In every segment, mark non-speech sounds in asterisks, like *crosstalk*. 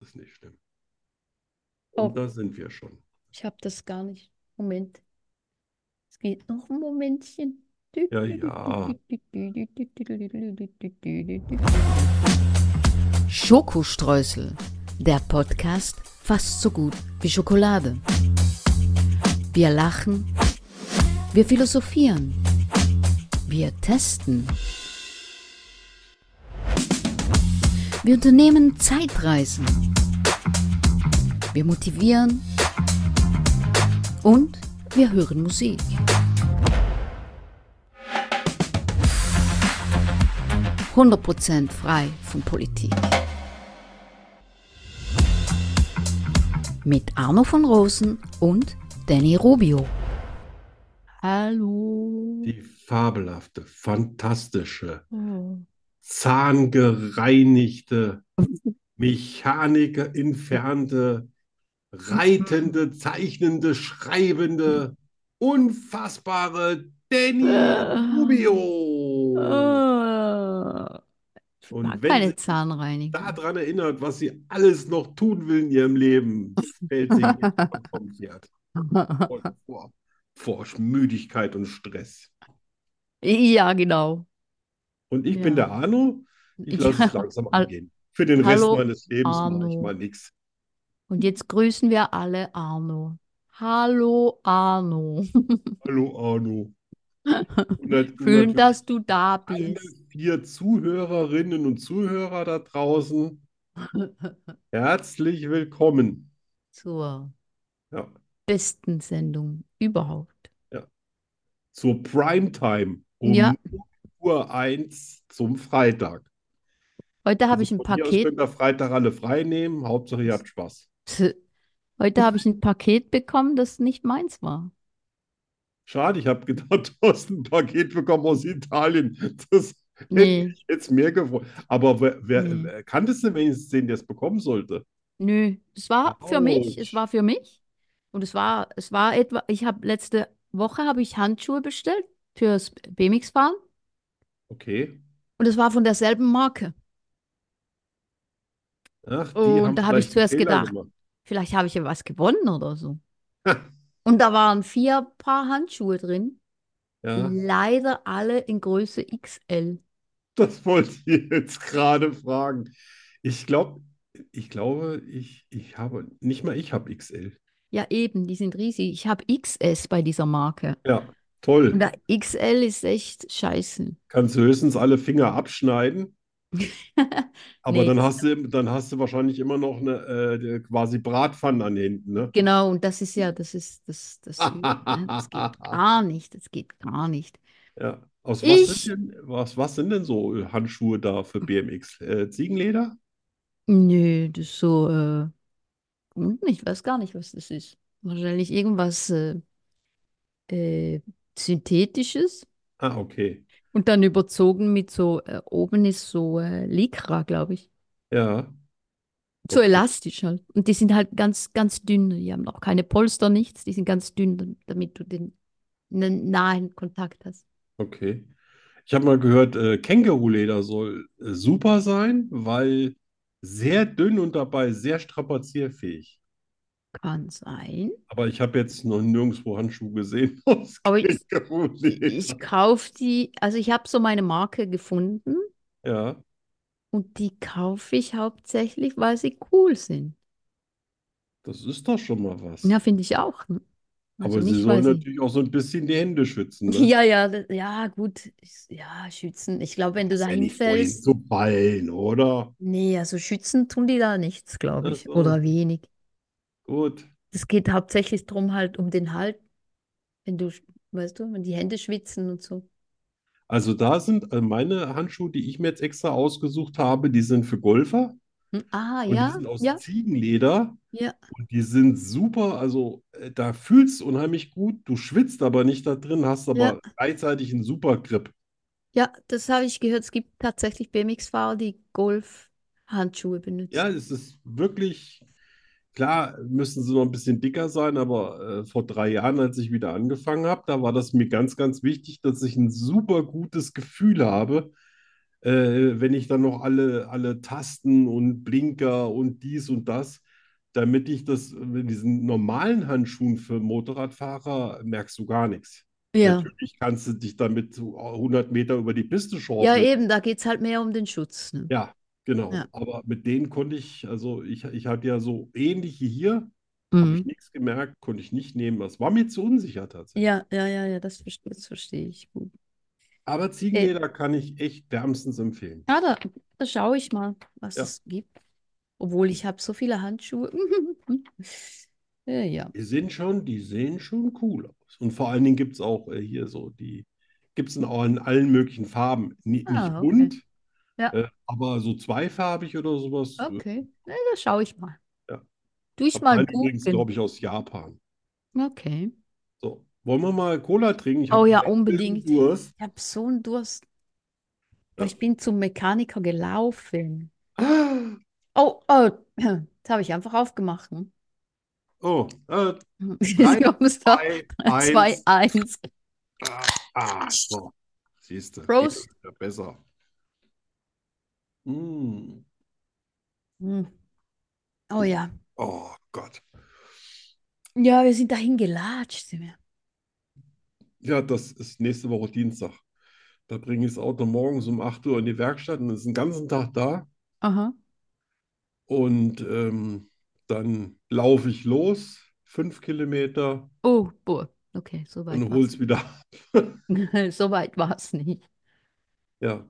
ist nicht schlimm. Und Oh, da sind wir schon. ich habe das gar nicht. Moment. Es geht noch ein Momentchen. Dü- Ja, dü- ja. dü- dü- dü- dü- dü- dü- dü- dü- dü- dü- dü- dü- dü- Schokostreusel, der Podcast fast so gut wie Schokolade. Wir lachen, wir philosophieren, wir testen. Wir unternehmen Zeitreisen. Wir motivieren und wir hören Musik. Prozent frei von Politik. Mit Arno von Rosen und Danny Rubio. Hallo. Die fabelhafte, fantastische, Oh. zahngereinigte, Mechaniker entfernte, reitende, zeichnende, schreibende, unfassbare Danny Oh. Rubio. Ah. Ich Und Mag wenn meine sie Zahnreinigung. daran erinnert, was sie alles noch tun will in ihrem Leben, fällt sie *laughs* jetzt vom Pferd vor, vor, vor Müdigkeit und Stress. Ja, genau. Und ich bin Ja. der Arno, ich lasse *laughs* es Ja. langsam Hall- angehen. Für den Rest Hallo, meines Lebens mache ich Arno. mal nichts. Und jetzt grüßen wir alle Arno. Hallo, Arno. Hallo Arno. *laughs* 100, Schön, dass du da bist. 104 Zuhörerinnen und Zuhörer da draußen. *laughs* Herzlich willkommen. Zur Ja, besten Sendung überhaupt. zur Primetime um Ja, 0 Uhr 1 zum Freitag. heute habe Also ich ein von mir aus Paket. könnt ihr Freitag alle frei nehmen. Hauptsache, ihr habt Spaß. Heute habe ich ein Paket bekommen, das nicht meins war. Schade, ich habe gedacht, *laughs* du hast ein Paket bekommen aus Italien. Das hätte Nee, mich jetzt mehr gefreut. Aber wer, wer, nee. wer kanntest du wenigstens den, der es bekommen sollte? Nö, es war für mich, es Autsch. war für mich und es war, es war etwa, ich habe letzte Woche habe ich Handschuhe bestellt fürs BMX-Fahren Okay. und es war von derselben Marke. Ach, die Und haben Oh, da habe vielleicht ich einen zuerst Fehler gedacht, gemacht. vielleicht habe ich ja was gewonnen oder so. Und da waren vier Paar Handschuhe drin, Hm. Ja, leider alle in Größe XL. *laughs* das wollte ich jetzt gerade fragen. Ich glaube, ich glaube, ich, ich habe, nicht mal ich habe XL. Ja, eben, die sind riesig. Ich habe XS bei dieser Marke. Ja, Und toll. da XL ist echt scheiße. Kannst du höchstens alle Finger *laughs* abschneiden, aber Nee, dann das, hast du, dann hast du wahrscheinlich immer noch eine äh, quasi Bratpfanne an den Händen, ne? genau, und das ist ja, das ist, das, das geht, ne? Das geht gar nicht, das geht gar nicht. *laughs* Ja. Aus was sind Ich, denn, was, was sind denn so Handschuhe da für BMX? Äh, Ziegenleder? nö, das ist so, äh, und ich weiß gar nicht, was das ist. Wahrscheinlich irgendwas äh, äh, Synthetisches Ah, okay. und dann überzogen mit so, äh, oben ist so äh, Lycra, glaube ich. Ja, So okay. elastisch halt. Und die sind halt ganz, ganz dünn. Die haben auch keine Polster, nichts. Die sind ganz dünn, dam- damit du den, einen nahen Kontakt hast. Okay. Ich habe mal gehört, äh, Känguruleder soll äh, super sein, weil sehr dünn und dabei sehr strapazierfähig. Kann sein. Aber ich habe jetzt noch nirgendwo Handschuhe gesehen *laughs* aus Aber ich, ich, ich Känguruleder. kaufe die, also ich habe so meine Marke gefunden Ja, und die kaufe ich hauptsächlich, weil sie cool sind. das ist doch schon mal was. Ja, finde ich auch. ne? Also Aber sie nicht, sollen weil sie. natürlich auch so ein bisschen die Hände schützen, ne? Ja, ja, das, ja, gut. Ich, ja, schützen. Ich glaube, wenn du da Ist ja nicht vorhin hinfällst, zu ballen, oder? nee, also schützen tun die da nichts, glaube ich. Also, Oder wenig. gut. Es geht hauptsächlich drum halt um den Halt, wenn du, sch- weißt du, wenn die Hände schwitzen und so. Also da sind äh, meine Handschuhe, die ich mir jetzt extra ausgesucht habe, die sind für Golfer Hm, Ah, und die ja, sind aus ja, Ziegenleder. ja. Und die sind super, also äh, da fühlst du unheimlich gut, du schwitzt aber nicht da drin, hast Ja, aber gleichzeitig einen super Grip. ja, das habe ich gehört. Es gibt tatsächlich BMX-Fahrer, die Golfhandschuhe Ja, benutzen. es ist wirklich, klar, müssen sie noch ein bisschen dicker sein, aber äh, vor drei Jahren, als ich wieder angefangen habe, da war das mir ganz, ganz wichtig, dass ich ein super gutes Gefühl habe, äh, wenn ich dann noch alle, alle Tasten und Blinker und dies und das, damit ich das mit diesen normalen Handschuhen für Motorradfahrer merkst du gar nichts. Ja. Natürlich kannst du dich damit so 100 Meter über die Piste Ja, schaufeln. eben, da geht es halt mehr um den Schutz. Ne? Ja, genau. Ja. Aber mit denen konnte ich, also ich, ich hatte ja so ähnliche hier, habe ich Mhm. nichts gemerkt, konnte ich nicht nehmen. Das war mir zu unsicher tatsächlich. Ja, ja, ja, ja, das verstehe, das verstehe ich gut. Aber Okay. Ziegenleder kann ich echt wärmstens empfehlen. Ja, da, da schaue ich mal, was Ja, es gibt. Obwohl ich habe so viele Handschuhe. *laughs* Ja, ja. die sind schon, die sehen schon cool aus. Und vor allen Dingen gibt es auch äh, hier so die, gibt es in, auch in allen möglichen Farben. Ni- nicht Ah, okay. bunt, Ja, äh, aber so zweifarbig oder sowas. äh, okay. Na, da schaue ich mal. Ja. Tue ich Hab mal einen übrigens, googeln. glaube ich, aus Japan. Okay. So, wollen wir mal Cola trinken? Ich Oh habe ja, einen unbedingt. Durst. Ich habe so einen Durst. Ja. Ich bin zum Mechaniker gelaufen. Ah, Oh, oh, *clears throat* das habe ich einfach aufgemacht. ne? *laughs* Oh, äh, Jetzt 3, kommst du 2, *laughs* 3, 2, 1. 1. Ah, ah, so. Siehst du, geht Prost. das wieder besser. Mm. Hm. Oh ja. Oh Gott. Ja, wir sind dahin gelatscht. Sind wir. Ja, das ist nächste Woche Dienstag. Da bringe ich das Auto morgens um 8 Uhr in die Werkstatt und ist den ganzen Tag da. Aha. Und ähm, dann laufe ich los, fünf Kilometer Oh, boah. Okay, so weit und war es hol's nicht. wieder ab. So weit war *laughs* es nicht. Ja,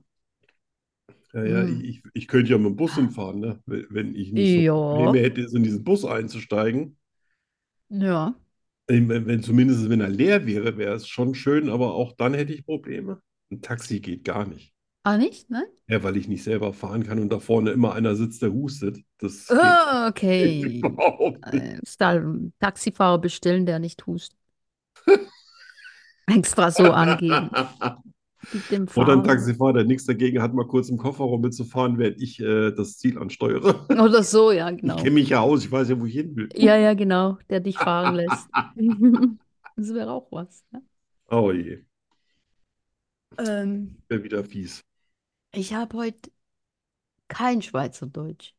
ja, ja, ich, Hm. ich, ich könnte ja mit dem Bus hinfahren, ne? Wenn wenn ich nicht so Ja, Probleme hätte, jetzt in diesen Bus einzusteigen. ja. Ähm, Wenn, wenn zumindest wenn er leer wäre, wäre es schon schön, aber auch dann hätte ich Probleme. Ein Taxi geht gar nicht. Ah, nicht? Nein? Ja, weil ich nicht selber fahren kann und da vorne immer einer sitzt, der hustet. Das geht Ah, *laughs* *laughs* okay. überhaupt nicht. Äh, ist da ein Taxifahrer bestellen, der nicht hustet. Extra so angeben. Gib dem *laughs* Oder ein Fahrer. Taxifahrer, der nichts dagegen hat, mal kurz im Kofferraum mitzufahren, während ich äh, das Ziel ansteuere. *laughs* Oder so, ja, Ich genau. kenne mich ja aus, ich weiß ja, wo ich hin will. Ja, ja, genau, der dich fahren *laughs* lässt. Das wäre auch was. Ne? Oh je, Ähm, wäre wieder fies. ich habe heute kein Schweizerdeutsch.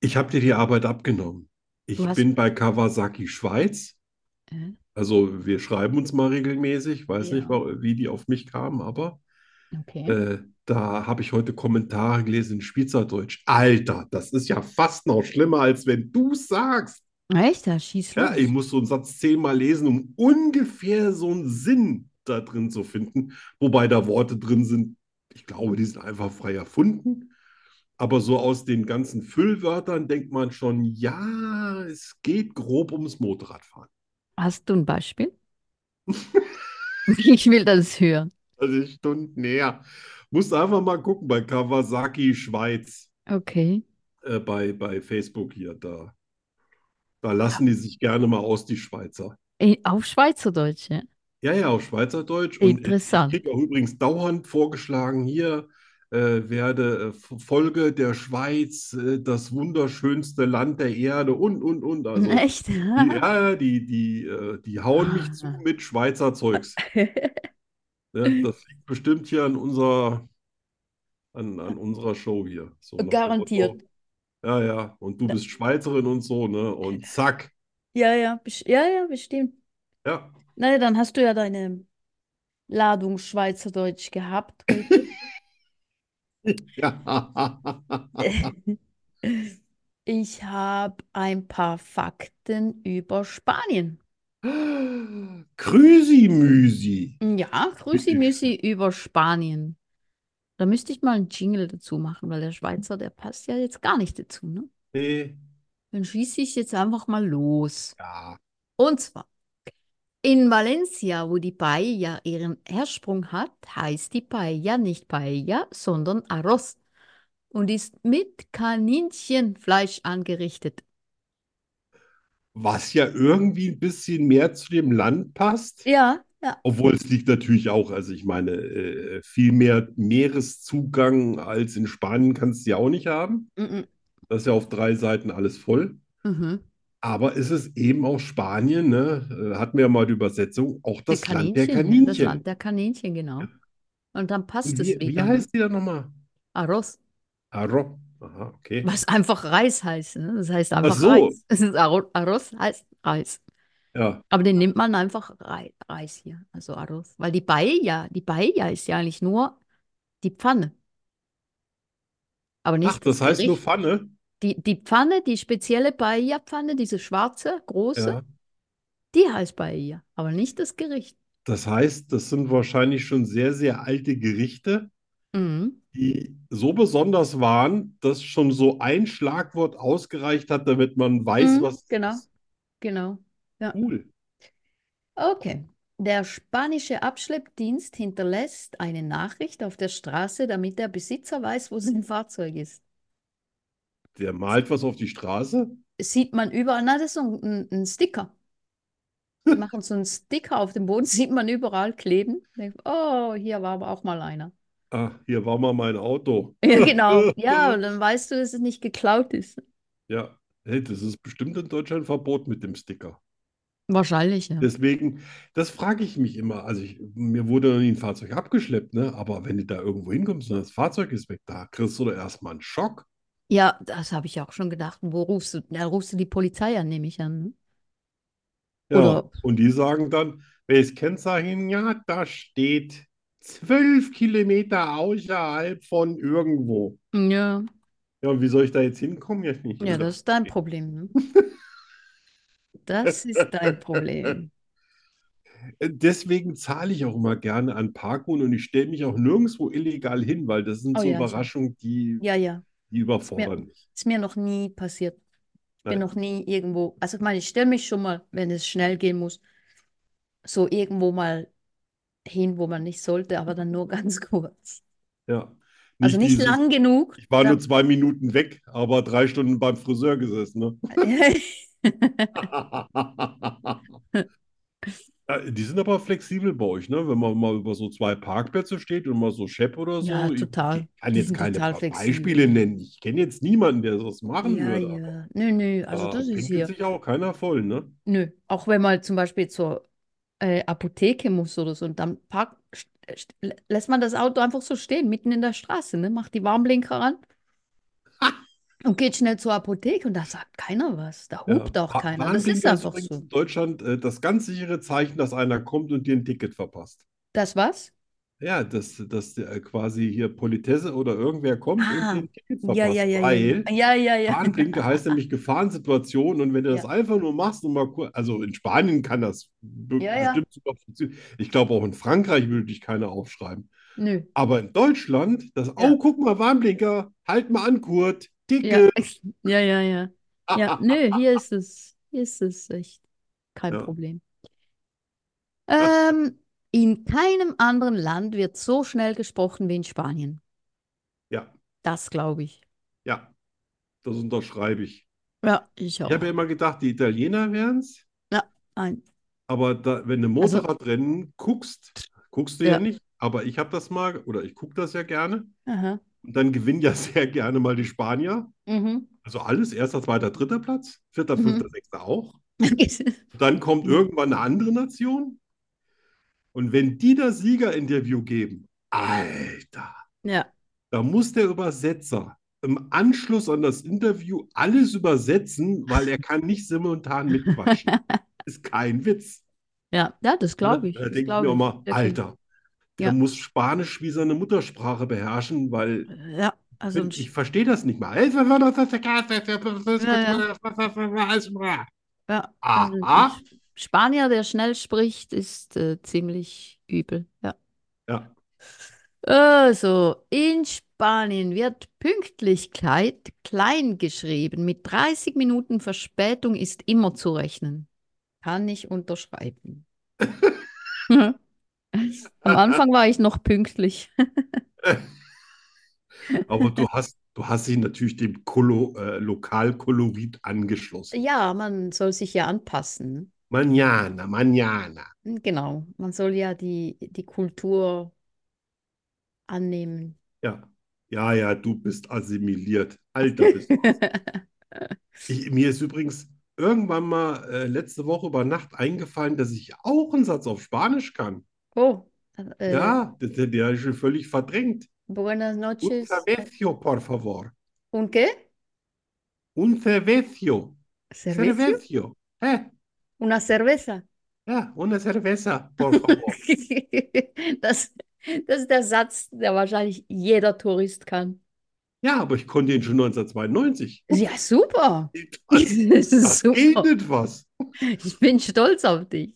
Ich habe dir die Arbeit abgenommen. Du Ich hast. bin bei Kawasaki Schweiz. Äh? Also wir schreiben uns mal regelmäßig. Weiß nicht, Ja, wa- wie die auf mich kamen, aber okay. äh, da habe ich heute Kommentare gelesen in Schweizerdeutsch. Alter, das ist ja fast noch schlimmer, als wenn du sagst. Echt? Ja, schieß Ja, ich los. muss so einen Satz zehnmal lesen, um ungefähr so einen Sinn da drin zu finden. Wobei da Worte drin sind, ich glaube, die sind einfach frei erfunden. Aber so aus den ganzen Füllwörtern denkt man schon, ja, es geht grob ums Motorradfahren. Hast du ein Beispiel? *laughs* Ich will das hören. Also Stunden her. Musst einfach mal gucken bei Kawasaki Schweiz, Okay. äh, bei, bei Facebook hier. Da, da Ah, lassen die sich gerne mal aus, die Schweizer. eh, Auf Schweizerdeutsch, ja? Ja, ja, auf Schweizerdeutsch. Und äh, ich *laughs* Interessant. kriege auch übrigens dauernd vorgeschlagen, hier äh, werde äh, F- Folge der Schweiz, äh, das wunderschönste Land der Erde und, und, und. *laughs* Also Echt? die, ja, die, die, äh, die hauen mich zu Ah. mit Schweizer *laughs* Zeugs. Ne? Das liegt bestimmt hier an unserer, an, an unserer Show hier. So nach dem Garantiert. Motto. Ja, ja, und du Da- bist Schweizerin und so, ne? Und zack. *laughs* Ja, ja, bes- ja, ja, bestimmt. Ja. *laughs* Na ja, dann hast du ja deine Ladung Schweizerdeutsch *laughs* gehabt heute. Ja. Ich habe ein paar Fakten über Spanien. Krüsi-Müsi. Ja, Grüßi-Müssi über Spanien. Da müsste ich mal einen Jingle dazu machen, weil der Schweizer, der passt ja jetzt gar nicht dazu, ne? Nee. Dann schieße ich jetzt einfach mal los. Ja. Und zwar, in Valencia, wo die Paella ihren Ursprung hat, heißt die Paella nicht Paella, sondern Arroz und ist mit Kaninchenfleisch angerichtet. Was ja irgendwie ein bisschen mehr zu dem Land passt. Ja, ja. Obwohl es liegt natürlich auch, also ich meine, äh, viel mehr Meereszugang als in Spanien kannst du ja auch nicht haben. Mhm. Das ist ja auf drei Seiten alles voll. Mhm. Aber es ist eben auch Spanien, ne? Äh, Hatten wir ja mal die Übersetzung, auch Äh, das Land der Kaninchen, ja, das Kaninchen. Land der Kaninchen, genau. Und dann passt Und es wie, wie wieder. ne? heißt die dann nochmal? Arroz. Arro. Aha, okay. Was einfach Reis heißt. Ne? Das heißt einfach so. Reis. *laughs* Es ist Arro- Arroz heißt Reis. Ja, Aber den nimmt man einfach Rei- Reis hier. Also Arroz. Weil die Paella, die Paella ist ja eigentlich nur die Pfanne. Aber nicht ach, das heißt nur Gericht. Pfanne. Die, die Pfanne, die spezielle Paella-Pfanne, diese schwarze, große, Ja. die heißt Paella. Aber nicht das Gericht. Das heißt, das sind wahrscheinlich schon sehr, sehr alte Gerichte, Mhm. die so besonders waren, dass schon so ein Schlagwort ausgereicht hat, damit man weiß, Mhm, was es genau. ist. Genau. Ja. Cool. Okay. Der spanische Abschleppdienst hinterlässt eine Nachricht auf der Straße, damit der Besitzer weiß, wo sein Fahrzeug ist. Der malt was auf die Straße? Das sieht man überall. Na, das ist so ein, ein, ein Sticker. *laughs* Die machen so einen Sticker auf dem Boden, sieht man überall kleben. Denkt, oh, hier war aber auch mal einer. Ah, hier war mal mein Auto. Ja, genau. Ja, und dann weißt du, dass es nicht geklaut ist. Ja, hey, das ist bestimmt in Deutschland verboten mit dem Sticker. Wahrscheinlich, ja. Deswegen, das frage ich mich immer. Also ich, mir wurde noch nie ein Fahrzeug abgeschleppt, ne? Aber wenn du da irgendwo hinkommst und das Fahrzeug ist weg, da kriegst du doch erstmal einen Schock. Ja, das habe ich auch schon gedacht. Wo rufst du? Da rufst du die Polizei an, nehme ich an. ne? Ja, Oder- und die sagen dann, welches Kennzeichen? Ja, da steht zwölf Kilometer außerhalb von irgendwo. Ja, Ja, und wie soll ich da jetzt hinkommen? Ja, nicht ja, das ist *laughs* dein Problem. Ne? Das ist dein Problem. Äh, Deswegen zahle ich auch immer gerne an Parkuhren und ich stelle mich auch nirgendwo illegal hin, weil das sind Oh so ja, ich- Überraschungen, die, Ja, ja. die überfordern mich. Ist mir noch nie passiert. Nein. Bin noch nie irgendwo. Also ich meine, ich stelle mich schon mal, wenn es schnell gehen muss, so irgendwo mal hin, wo man nicht sollte, aber dann nur *laughs* ganz kurz. Ja. Also Nicht nicht dieses, lang genug. *laughs* ich war nur dann- zwei Minuten weg, aber drei Stunden beim Friseur gesessen. Ne? *laughs* Ja, Die sind aber flexibel bei euch, ne? Wenn man mal über so zwei Parkplätze steht und mal so Schepp oder so. Ja, Ich total. ich kann Die jetzt sind keine total paar flexibel. Beispiele nennen. Ich kenne jetzt niemanden, der das machen Ja, würde, aber Ah, ja. Nö, nö. Also da das ist pinkelt hier. sich auch keiner voll, ne? Nö. Auch wenn man zum Beispiel zur äh, Apotheke muss oder so und dann parkt, st- äh, st- lä- lässt man das Auto einfach so stehen, mitten in der Straße, ne? Macht die Warnblinker an und geht schnell zur Apotheke und da sagt keiner was. Da Ja. hupt auch Pa- keiner. Das ist Warnblinker ist einfach übrigens so. in Deutschland äh, das ganz sichere Zeichen, dass einer kommt und dir ein Ticket verpasst. Das was? Ja, dass, dass äh, quasi hier Politesse oder irgendwer kommt und dir Ah, ein Ticket ja, ja, verpasst, ja, ja. weil. Ja, ja, ja. Warnblinker heißt nämlich Gefahrensituation und wenn du das Ja, einfach nur machst und mal kurz, also in Spanien kann das be ja, ja. bestimmt sogar funktionieren. Ich glaube, auch in Frankreich würde dich keiner aufschreiben. Nö. Aber in Deutschland, das, Ja. oh, guck mal, Warnblinker, halt mal an, Kurt, Ah, Ja, Ticket. ja, ja, ja. Ja, nö, hier ist es, hier ist es echt kein Ja. Problem. Ähm, in keinem anderen Land wird so schnell gesprochen wie in Spanien. Ja, Das glaube ich. ja, das unterschreibe ich. Ja, ich Ich habe ja auch. immer gedacht, die Italiener wären es, Ein, aber da, wenn du also, Motorradrennen guckst, guckst du ja ja. nicht, aber ich habe das mal, oder ich gucke das ja gerne Aha. und dann gewinnen ja *laughs* sehr gerne mal die Spanier. Mhm. Also alles, erster, zweiter, dritter Platz, vierter, fünfter, Mhm. sechster auch. Und dann kommt irgendwann eine andere Nation. Und wenn die das Siegerinterview geben, Alter, *laughs* Ja, da muss der Übersetzer im Anschluss an das Interview alles übersetzen, weil er kann nicht simultan mitquatschen. *laughs* Ist kein Witz. ja, ja, das glaube Ne? ich, Da das denke ich mir glaube auch ich, mal, definitiv. Alter, der Ja, muss Spanisch wie seine Muttersprache beherrschen, weil ja, also, ein bin, Sch- ich verstehe das nicht mal. ja, ja, ja, also ein Aha. Sch- Spanier, der schnell spricht, ist äh, ziemlich übel. Ja. Ja, Also, in Spanien wird Pünktlichkeit klein geschrieben. Mit 30 Minuten Verspätung ist immer zu rechnen. Kann *laughs* ich unterschreiben. Am Anfang war ich noch pünktlich. also. aber du hast, du hast dich natürlich dem Kolo, äh, Lokalkolorit angeschlossen. Ja, man soll sich ja anpassen. Manjana, manjana. Genau, man soll ja die, die Kultur annehmen. *laughs* Ja, ja, ja, du bist assimiliert. *laughs* Alter, bist du. Ich, mir ist übrigens irgendwann mal äh, letzte Woche über Nacht eingefallen, dass ich auch einen Satz auf Spanisch kann. Oh, Äh, Ja, das, der, der ist schon völlig verdrängt. buenas noches. Un cervecio, por favor. ¿Un qué? Un cervecio. ¿Cervecio? Cervecio. Eh, Una *laughs* cerveza. ja, una cerveza, por favor. Das, das ist der Satz, der wahrscheinlich jeder Tourist kann. ja, aber ich konnte ihn schon 1992. Ja, super. Das, *laughs* Das ist das super. geht was. Ich bin stolz auf dich.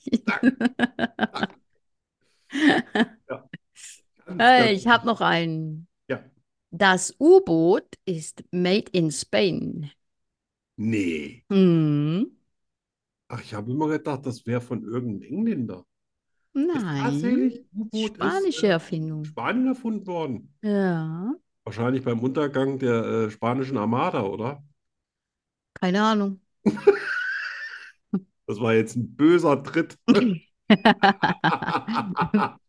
Äh, ich habe noch einen. Ja. Das U-Boot ist made in Spain. Nee. Hm. Ach, ich habe immer gedacht, das wäre von irgendeinem Engländer. Ist Nein. tatsächlich U-Boot Spanische ist, Erfindung. äh, Spanien erfunden worden. Ja, Wahrscheinlich beim Untergang der äh, spanischen Armada, oder? keine Hm. Ahnung. Das war jetzt ein böser *laughs* Tritt. *laughs*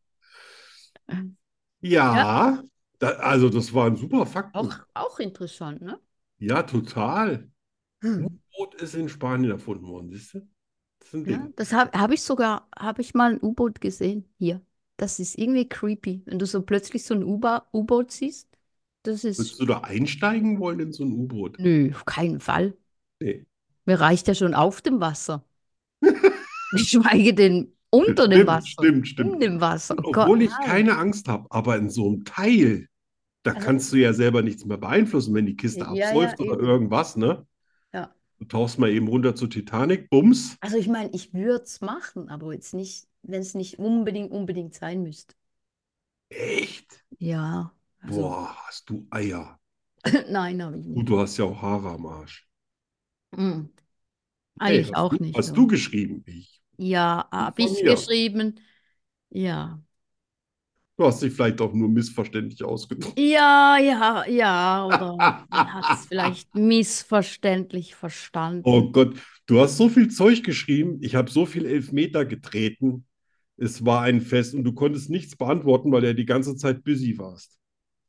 ja, Da, also das war ein super Fakt. Auch, auch interessant, ne? Ja, total. Hm. U-Boot ist in Spanien erfunden worden, siehst du? Das ist ein Ja, Ding. das habe hab ich sogar, habe ich mal ein U-Boot gesehen hier. Das ist irgendwie creepy, wenn du so plötzlich so ein U-Ba- U-Boot siehst. Das Würdest ist, du da einsteigen wollen in so ein U-Boot? nö, auf keinen Fall. Nee. Mir reicht ja schon auf dem Wasser. *laughs* Geschweige denn unter dem Stimmt, Wasser. stimmt, In stimmt. dem Wasser. Oh Gott, Obwohl ich nein. keine Angst habe, aber in so einem Teil, da Also- kannst du ja selber nichts mehr beeinflussen, wenn die Kiste Ja, ja, absäuft oder eben. irgendwas, ne? Ja. Du tauchst mal eben runter zur Titanic, bums. Also ich meine, ich würde es machen, aber jetzt nicht, wenn es nicht unbedingt, unbedingt sein müsste. Echt? Ja, also, Boah, hast du Eier. *laughs* nein, habe ich Gut, nicht. du hast ja auch Haare am Arsch. Mm. Hey, Eigentlich hast auch du, nicht. Hast ja. du geschrieben? Ich. Ja, habe Von ich mir. geschrieben. Ja. Du hast dich vielleicht auch nur missverständlich ausgedrückt. Ja, ja, ja. Oder Oh, man hat es vielleicht missverständlich verstanden. Oh Gott, du hast so viel Zeug geschrieben. Ich habe so viel Elfmeter getreten. Es war ein Fest und du konntest nichts beantworten, weil du ja die ganze Zeit busy warst.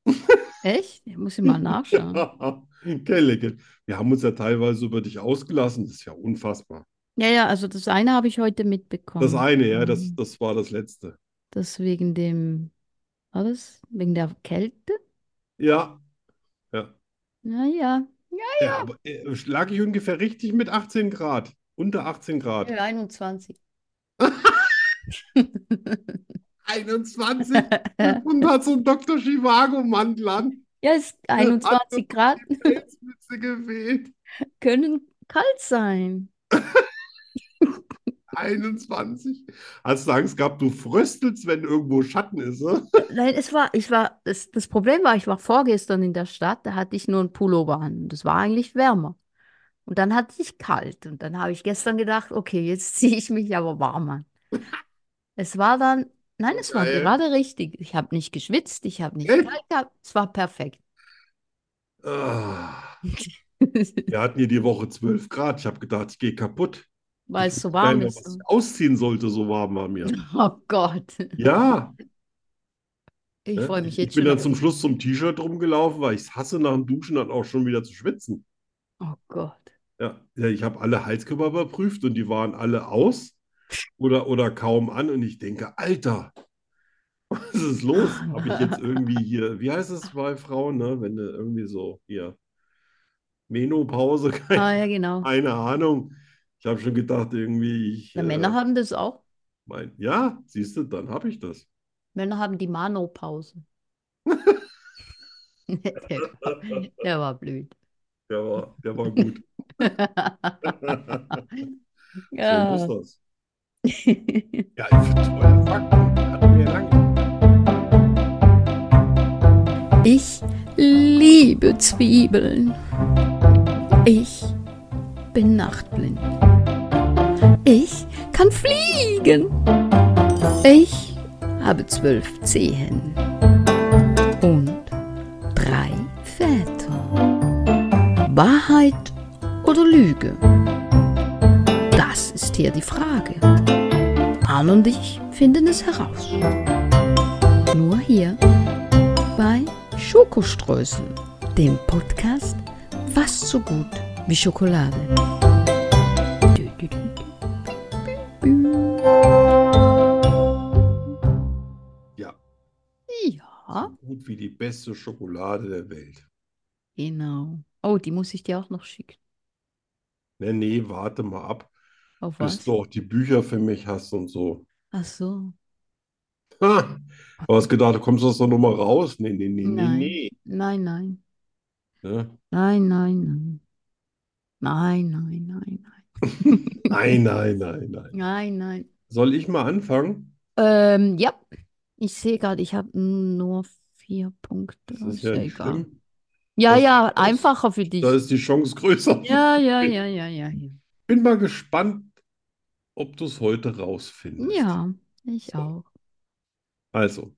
*laughs* Echt? Muss ich mal nachschauen. Kelleke. Wir haben uns ja teilweise über dich ausgelassen. Das ist ja unfassbar. Ja, ja, also das eine habe ich heute mitbekommen. Mhm. Das eine, ja, das, das war das Letzte. Das wegen dem, war das wegen der Kälte? Ja, Naja, ja aber äh, lag ich ungefähr richtig mit 18 Grad. Unter 18 Grad. 21. 21 und hat so einen Dr. Chivago-Mantel an. *laughs* Ja, *laughs* es 21 Grad Felsmütze gewählt. können kalt sein. 21. Hast du Angst gehabt, du fröstelst, wenn irgendwo Schatten ist? Ne? Nein, es war, ich war, das, das Problem war, ich war vorgestern in der Stadt, da hatte ich nur einen Pullover an. Das war eigentlich wärmer. Und dann hatte ich kalt. Und dann habe ich gestern gedacht, okay, jetzt *laughs* ziehe ich mich aber warm an. Es war dann, nein, es war Geil. gerade richtig. Ich habe nicht geschwitzt, ich habe nicht Echt? kalt gehabt. Es war perfekt. *laughs* Ah, wir hatten hier die Woche 12 Grad. Ich habe gedacht, ich gehe kaputt. Weil es so Ich weiß warm nicht, ist. was ich ausziehen sollte, so warm war mir. *laughs* Oh Gott. Ja, Ich ne? freue mich ich jetzt bin schon dann auf- zum Schluss zum T-Shirt rumgelaufen, weil ich es hasse, nach dem Duschen dann auch schon wieder zu schwitzen. Oh Gott. Ja, ja, ich habe alle Heizkörper überprüft und die waren alle aus oder, oder kaum an. Und ich denke, Alter, was ist los? Habe ich jetzt irgendwie hier, wie heißt es bei Frauen, ne? Wenn du irgendwie so hier Menopause, *laughs* Ah, keine, ja, genau. keine Ahnung. Ich habe schon gedacht, irgendwie, ich, Na, Männer äh, haben das auch. mein, ja, siehst du, dann habe ich das. Männer haben die Manopause. *laughs* Der war, der war *laughs* blöd. Der war, der war gut. So muss das. Ja, ich *laughs* Ja. *laughs* finde es toll. Fakten hatten wir ja lange. Ich liebe Zwiebeln. Ich bin nachtblind. Ich kann fliegen. Ich habe zwölf Zehen und drei Väter. Wahrheit oder Lüge? Das ist hier die Frage. Arne und ich finden es heraus. Nur hier bei Schokoströßen, dem Podcast fast so gut wie Schokolade. Dü, dü, dü. Ja, Ah. gut wie die beste Schokolade der Welt. Genau. Oh, die muss ich dir auch noch schicken. Nee, Ne, nee, warte mal ab, Auf bis was? du auch die Bücher für mich hast und so. Ach so. Ha! Du hast gedacht, du kommst das doch nochmal raus. Nee, nee, nee, nee, Nein. nee. Nein, nein. Ne? Nein, nein, nein. Nein, nein, nein, Nein, nein, nein, nein. nein. Nein, nein. Soll ich mal anfangen? Ähm, ja. Ich sehe gerade, ich habe nur vier Punkte. Das ist Ist ja ja nicht egal. schlimm. Ja, Das- ja, das- einfacher für Da dich. ist die Chance größer. Ja, ja, ja, ja, ja. Ja, Bin mal gespannt, ob du es heute rausfindest. Ja, ich So, auch. also,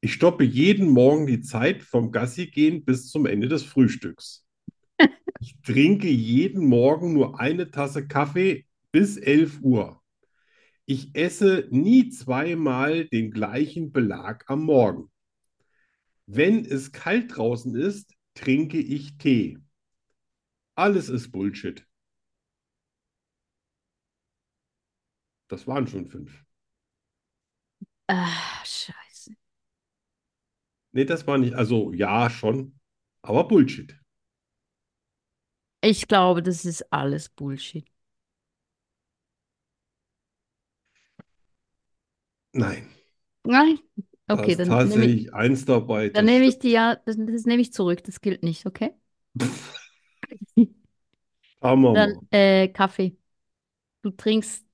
ich stoppe jeden Morgen die Zeit vom Gassigehen bis zum Ende des Frühstücks. Ich trinke jeden Morgen nur eine Tasse Kaffee bis 11 Uhr. Ich esse nie zweimal den gleichen Belag am Morgen. Wenn es kalt draußen ist, trinke ich Tee. Alles ist Bullshit. Das waren schon fünf. Ah, scheiße. Nee, das war nicht. Also ja, schon. Aber Bullshit. Ich glaube, das ist alles Bullshit. Nein, Nein. da Okay, ist dann nehme ich, tatsächlich eins dabei, dann das nehme ich stimmt. die ja, das, das nehme ich zurück. Das gilt nicht, okay? *laughs* Schauen wir Dann mal. äh, Kaffee. Du trinkst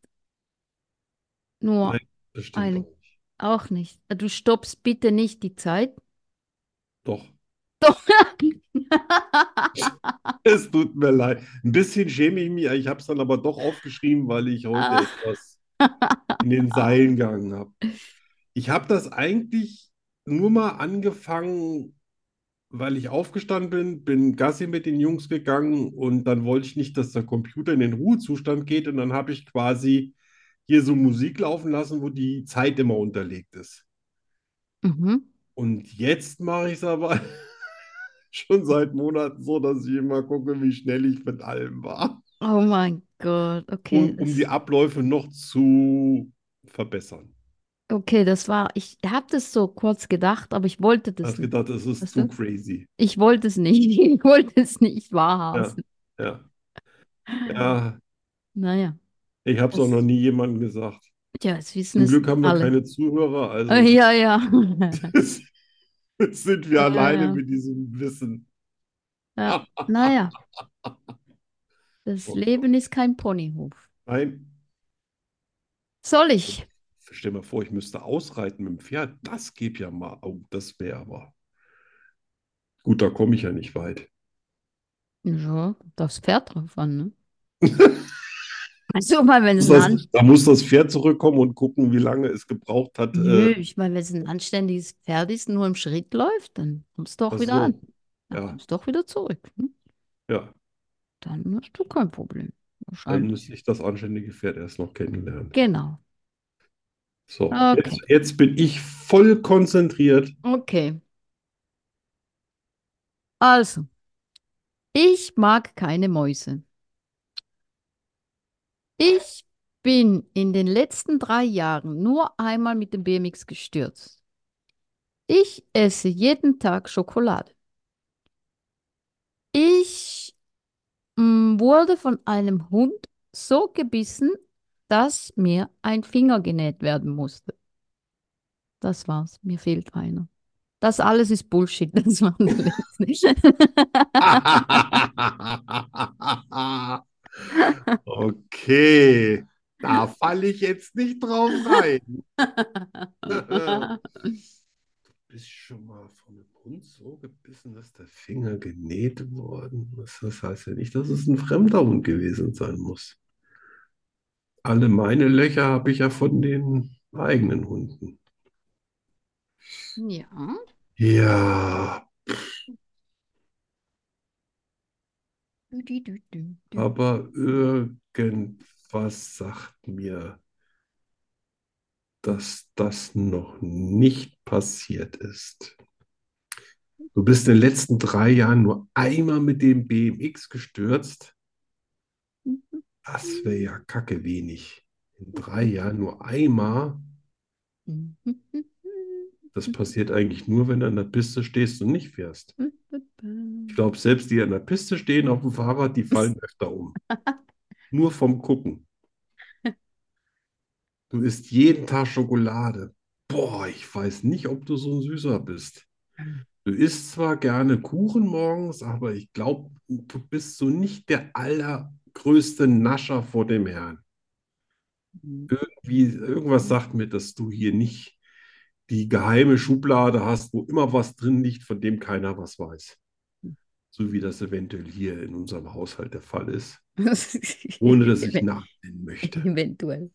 nur Nein, das stimmt einen, auch nicht. auch nicht. Äh, Du stoppst bitte nicht die Zeit. Doch, Doch. *laughs* es tut mir leid. Ein bisschen schäme ich mich. Ich habe es dann aber doch aufgeschrieben, weil ich heute Ah. etwas in den Seilen gehangen habe. Ich habe das eigentlich nur mal angefangen, weil ich aufgestanden bin, bin Gassi mit den Jungs gegangen und dann wollte ich nicht, dass der Computer in den Ruhezustand geht und dann habe ich quasi hier so Musik laufen lassen, wo die Zeit immer unterlegt ist. Mhm. Und jetzt mache ich es aber *laughs* schon seit Monaten so, dass ich immer gucke, wie schnell ich mit allem war, Oh mein Gott. Okay, um, um die das, Abläufe noch zu verbessern. okay, das war. Ich habe das so kurz gedacht, aber ich wollte Ich das habe nicht. gedacht, es ist Weißt zu du? crazy. Ich wollte es nicht. *laughs* Ich wollte es nicht Ja, wahrhaben. *laughs* ja, ja. Naja, Ich habe es auch noch das, nie jemandem gesagt. ja, es wissen Zum es Glück haben wir alle. keine Zuhörer, Ah, also *laughs* *laughs* Ja, ja. *laughs* sind wir Ja, alleine ja. mit diesem Wissen. Ja. Ah, *laughs* Naja, das oh Gott. Leben ist kein Ponyhof. Nein, Soll ich? stell dir mal vor, ich müsste ausreiten mit dem Pferd. Das gäbe ja mal. Oh, das wäre aber. Gut, da komme ich ja nicht weit. Ja, das Pferd drauf *laughs* an, ne? Also, ich meine, wenn es Muss ein das, An da muss das Pferd zurückkommen und gucken, wie lange es gebraucht hat. Nö, Äh, ich meine, wenn es ein anständiges Pferd ist, nur im Schritt läuft, dann kommst du ach auch wieder an. so, Dann ja, kommst du auch wieder zurück. Ne? ja. Dann hast du kein Problem. Dann Wahrscheinlich. müsste ich das anständige Pferd erst noch kennenlernen. Genau. So, Okay. jetzt, jetzt bin ich voll konzentriert. Okay. Also, ich mag keine Mäuse. Ich bin in den letzten drei Jahren nur einmal mit dem BMX gestürzt. Ich esse jeden Tag Schokolade. Ich mm, wurde von einem Hund so gebissen, dass mir ein Finger genäht werden musste. Das war's. Mir fehlt einer. Das alles ist Bullshit. *laughs* Das war der letzte. *laughs* Okay, da falle ich jetzt nicht drauf rein. *laughs* Bist schon mal von einem Hund so gebissen, dass der Finger genäht worden ist. Das heißt ja nicht, dass es ein fremder Hund gewesen sein muss. Alle meine Löcher habe ich ja von den eigenen Hunden. Ja. Ja, Du, du, du, du, du. aber irgendwas sagt mir, dass das noch nicht passiert ist. Du bist in den letzten drei Jahren nur einmal mit dem BMX gestürzt. Das wäre ja kacke wenig. In drei Jahren nur einmal. Das passiert eigentlich nur, wenn du an der Piste stehst und nicht fährst. Ich glaube, selbst die an der Piste stehen auf dem Fahrrad, die fallen öfter um. Nur vom Gucken. Du isst jeden Tag Schokolade. Boah, ich weiß nicht, ob du so ein Süßer bist. Du isst zwar gerne Kuchen morgens, aber ich glaube, du bist so nicht der allergrößte Nascher vor dem Herrn. Irgendwie, irgendwas sagt mir, dass du hier nicht die geheime Schublade hast, wo immer was drin liegt, von dem keiner was weiß. So wie das eventuell hier in unserem Haushalt der Fall ist, ohne dass ich nachnennen möchte. *laughs* Eventuell.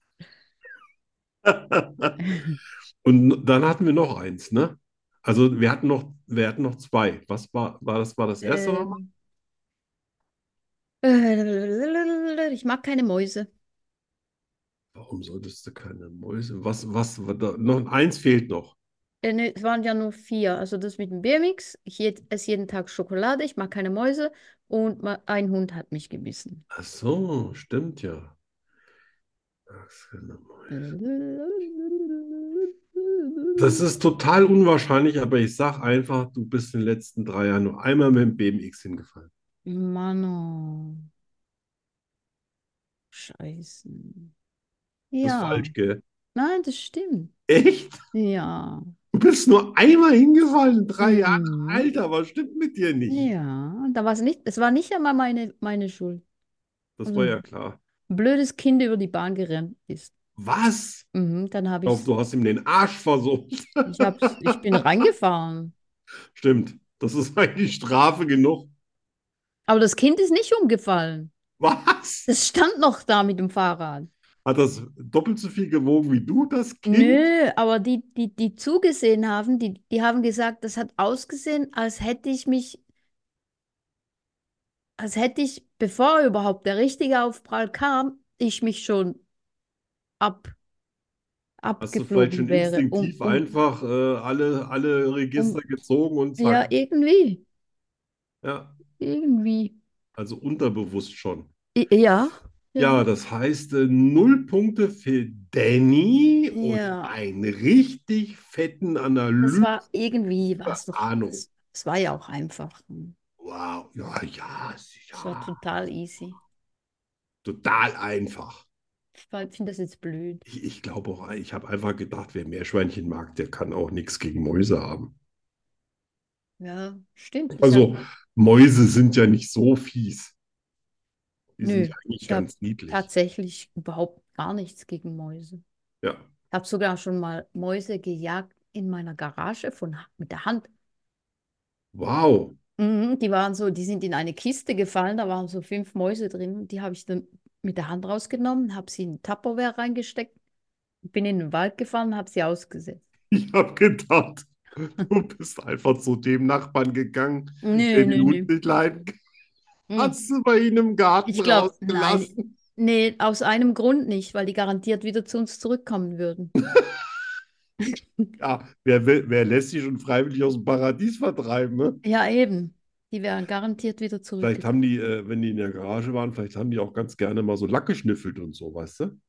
Und dann hatten wir noch eins, ne? Also wir hatten noch, wir hatten noch zwei. Was war, war das, war das erste nochmal? Ähm, äh, ich mag keine Mäuse. Warum solltest du keine Mäuse? Was, was, war da, noch eins fehlt noch. Äh, ne, es waren ja nur vier. Also das mit dem Biermix. Ich jed- esse jeden Tag Schokolade. Ich mag keine Mäuse. Und ma- ein Hund hat mich gebissen. Ach so, stimmt ja. Das kann doch mal- Das ist total unwahrscheinlich, aber ich sag einfach, du bist in den letzten drei Jahren nur einmal mit dem BMX hingefallen. Mann, oh. Scheiße. Das ist Ja, falsch, gell? nein, das stimmt. Echt? Ja, Du bist nur einmal hingefallen in drei Jahren? Mhm. Alter, was stimmt mit dir nicht? ja. Da war es nicht, es war nicht einmal meine, meine Schuld. Das also war ja klar. Ein blödes Kind über die Bahn gerannt ist. Was? Mhm, dann habe Ich glaube, ich, du hast ihm den Arsch versohlt. ich hab's, ich bin reingefahren. Stimmt. Das ist eigentlich Strafe genug. Aber das Kind ist nicht umgefallen. Was? Es stand noch da mit dem Fahrrad. Hat das doppelt so viel gewogen wie du, das Kind? Nö, aber die, die, die zugesehen haben, die, die haben gesagt, das hat ausgesehen, als hätte ich mich, als hätte ich, bevor überhaupt der richtige Aufprall kam, ich mich schon ab, Hast du vielleicht schon abgeflogen wäre. Um, instinktiv um, einfach äh, alle, alle Register gezogen und ja, zack. irgendwie, Ja, irgendwie. also unterbewusst schon. I- Ja, Ja, das heißt, äh, null Punkte für Danny und Ja. einen richtig fetten das Analyse. war irgendwie, war es doch, hm? Ahnung. es, es war ja auch einfach. Es Wow, ja, ja, war ja, total easy. total einfach. Ich finde das jetzt blöd. Ich, ich glaube auch, ich habe einfach gedacht, wer Meerschweinchen mag, der kann auch nichts gegen Mäuse haben. Ja, stimmt. Ich Also, hab- Mäuse sind ja nicht so fies. Die sind Nö, ja eigentlich ich hab ganz niedlich. tatsächlich überhaupt gar nichts gegen Mäuse. Ja. Ich habe sogar schon mal Mäuse gejagt in meiner Garage von, Ha- mit der Hand. Wow. *laughs* Mhm, die waren so, die sind in eine Kiste gefallen, da waren so fünf Mäuse drin. Die habe ich dann mit der Hand rausgenommen, habe sie in Tupperware reingesteckt, bin in den Wald gefahren, habe sie ausgesetzt. Ich habe gedacht, du bist einfach zu dem Nachbarn gegangen, Nö, der den nö, *laughs* Hund nö. nicht leiden kann. Mhm. Hast du bei ihnen im Garten Ich glaube, nein, rausgelassen? nee, aus einem Grund nicht, weil die garantiert wieder zu uns *laughs* zurückkommen würden. Ja, wer, will, wer lässt sich schon freiwillig aus dem Paradies vertreiben? Ne? Ja, eben. Die wären garantiert wieder Vielleicht zurückgekommen. haben die, äh, wenn die in der Garage waren, vielleicht haben die auch ganz gerne mal so Lack geschnüffelt und so, weißt du?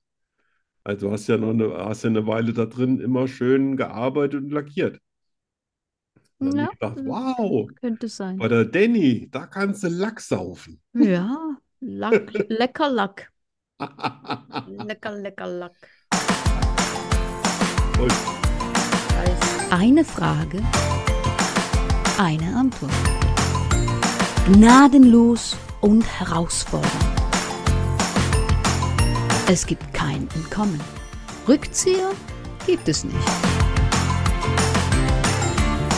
Also du hast ja noch eine, hast ja eine Weile da drin immer schön gearbeitet und lackiert. Dann haben Ja, die gedacht, das wow, könnte sein. bei der Danny, da kannst du Lack saufen. *laughs* Ja, Lack, lecker Lack. Lecker, lecker Lack. Und Scheiße. Eine Frage, eine Antwort. Gnadenlos und herausfordernd. Es gibt kein Entkommen. Rückzieher gibt es nicht.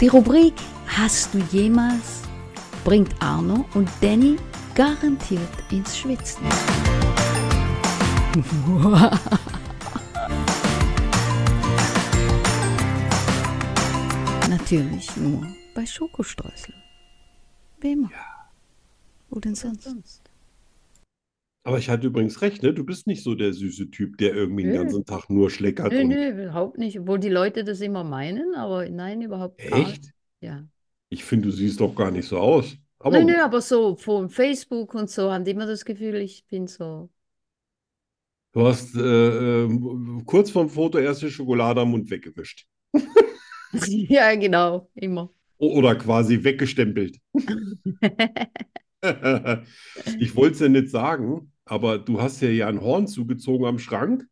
Die Rubrik Hast du jemals bringt Arno und Danny garantiert ins Schwitzen. *laughs* Natürlich nur bei Schokostreusel. Wem? auch? Wo denn sonst? Aber ich hatte übrigens recht, ne? Du bist nicht so der süße Typ, der irgendwie den Nö. ganzen Tag nur schleckert Nö, und nö, überhaupt nicht. Obwohl die Leute das immer meinen, aber nein, überhaupt gar nicht. echt? Ja. Ich finde, du siehst doch gar nicht so aus. Aber Nö, gut, nö, aber so von Facebook und so haben die immer das Gefühl, ich bin so. *laughs* äh, du hast äh, ähm, kurz vorm Foto erst die Schokolade am Mund weggewischt. Ja, genau, immer. *laughs* O- Oder quasi weggestempelt. *laughs* Ich wollte es ja nicht sagen, aber du hast ja ja ein Horn zugezogen am Schrank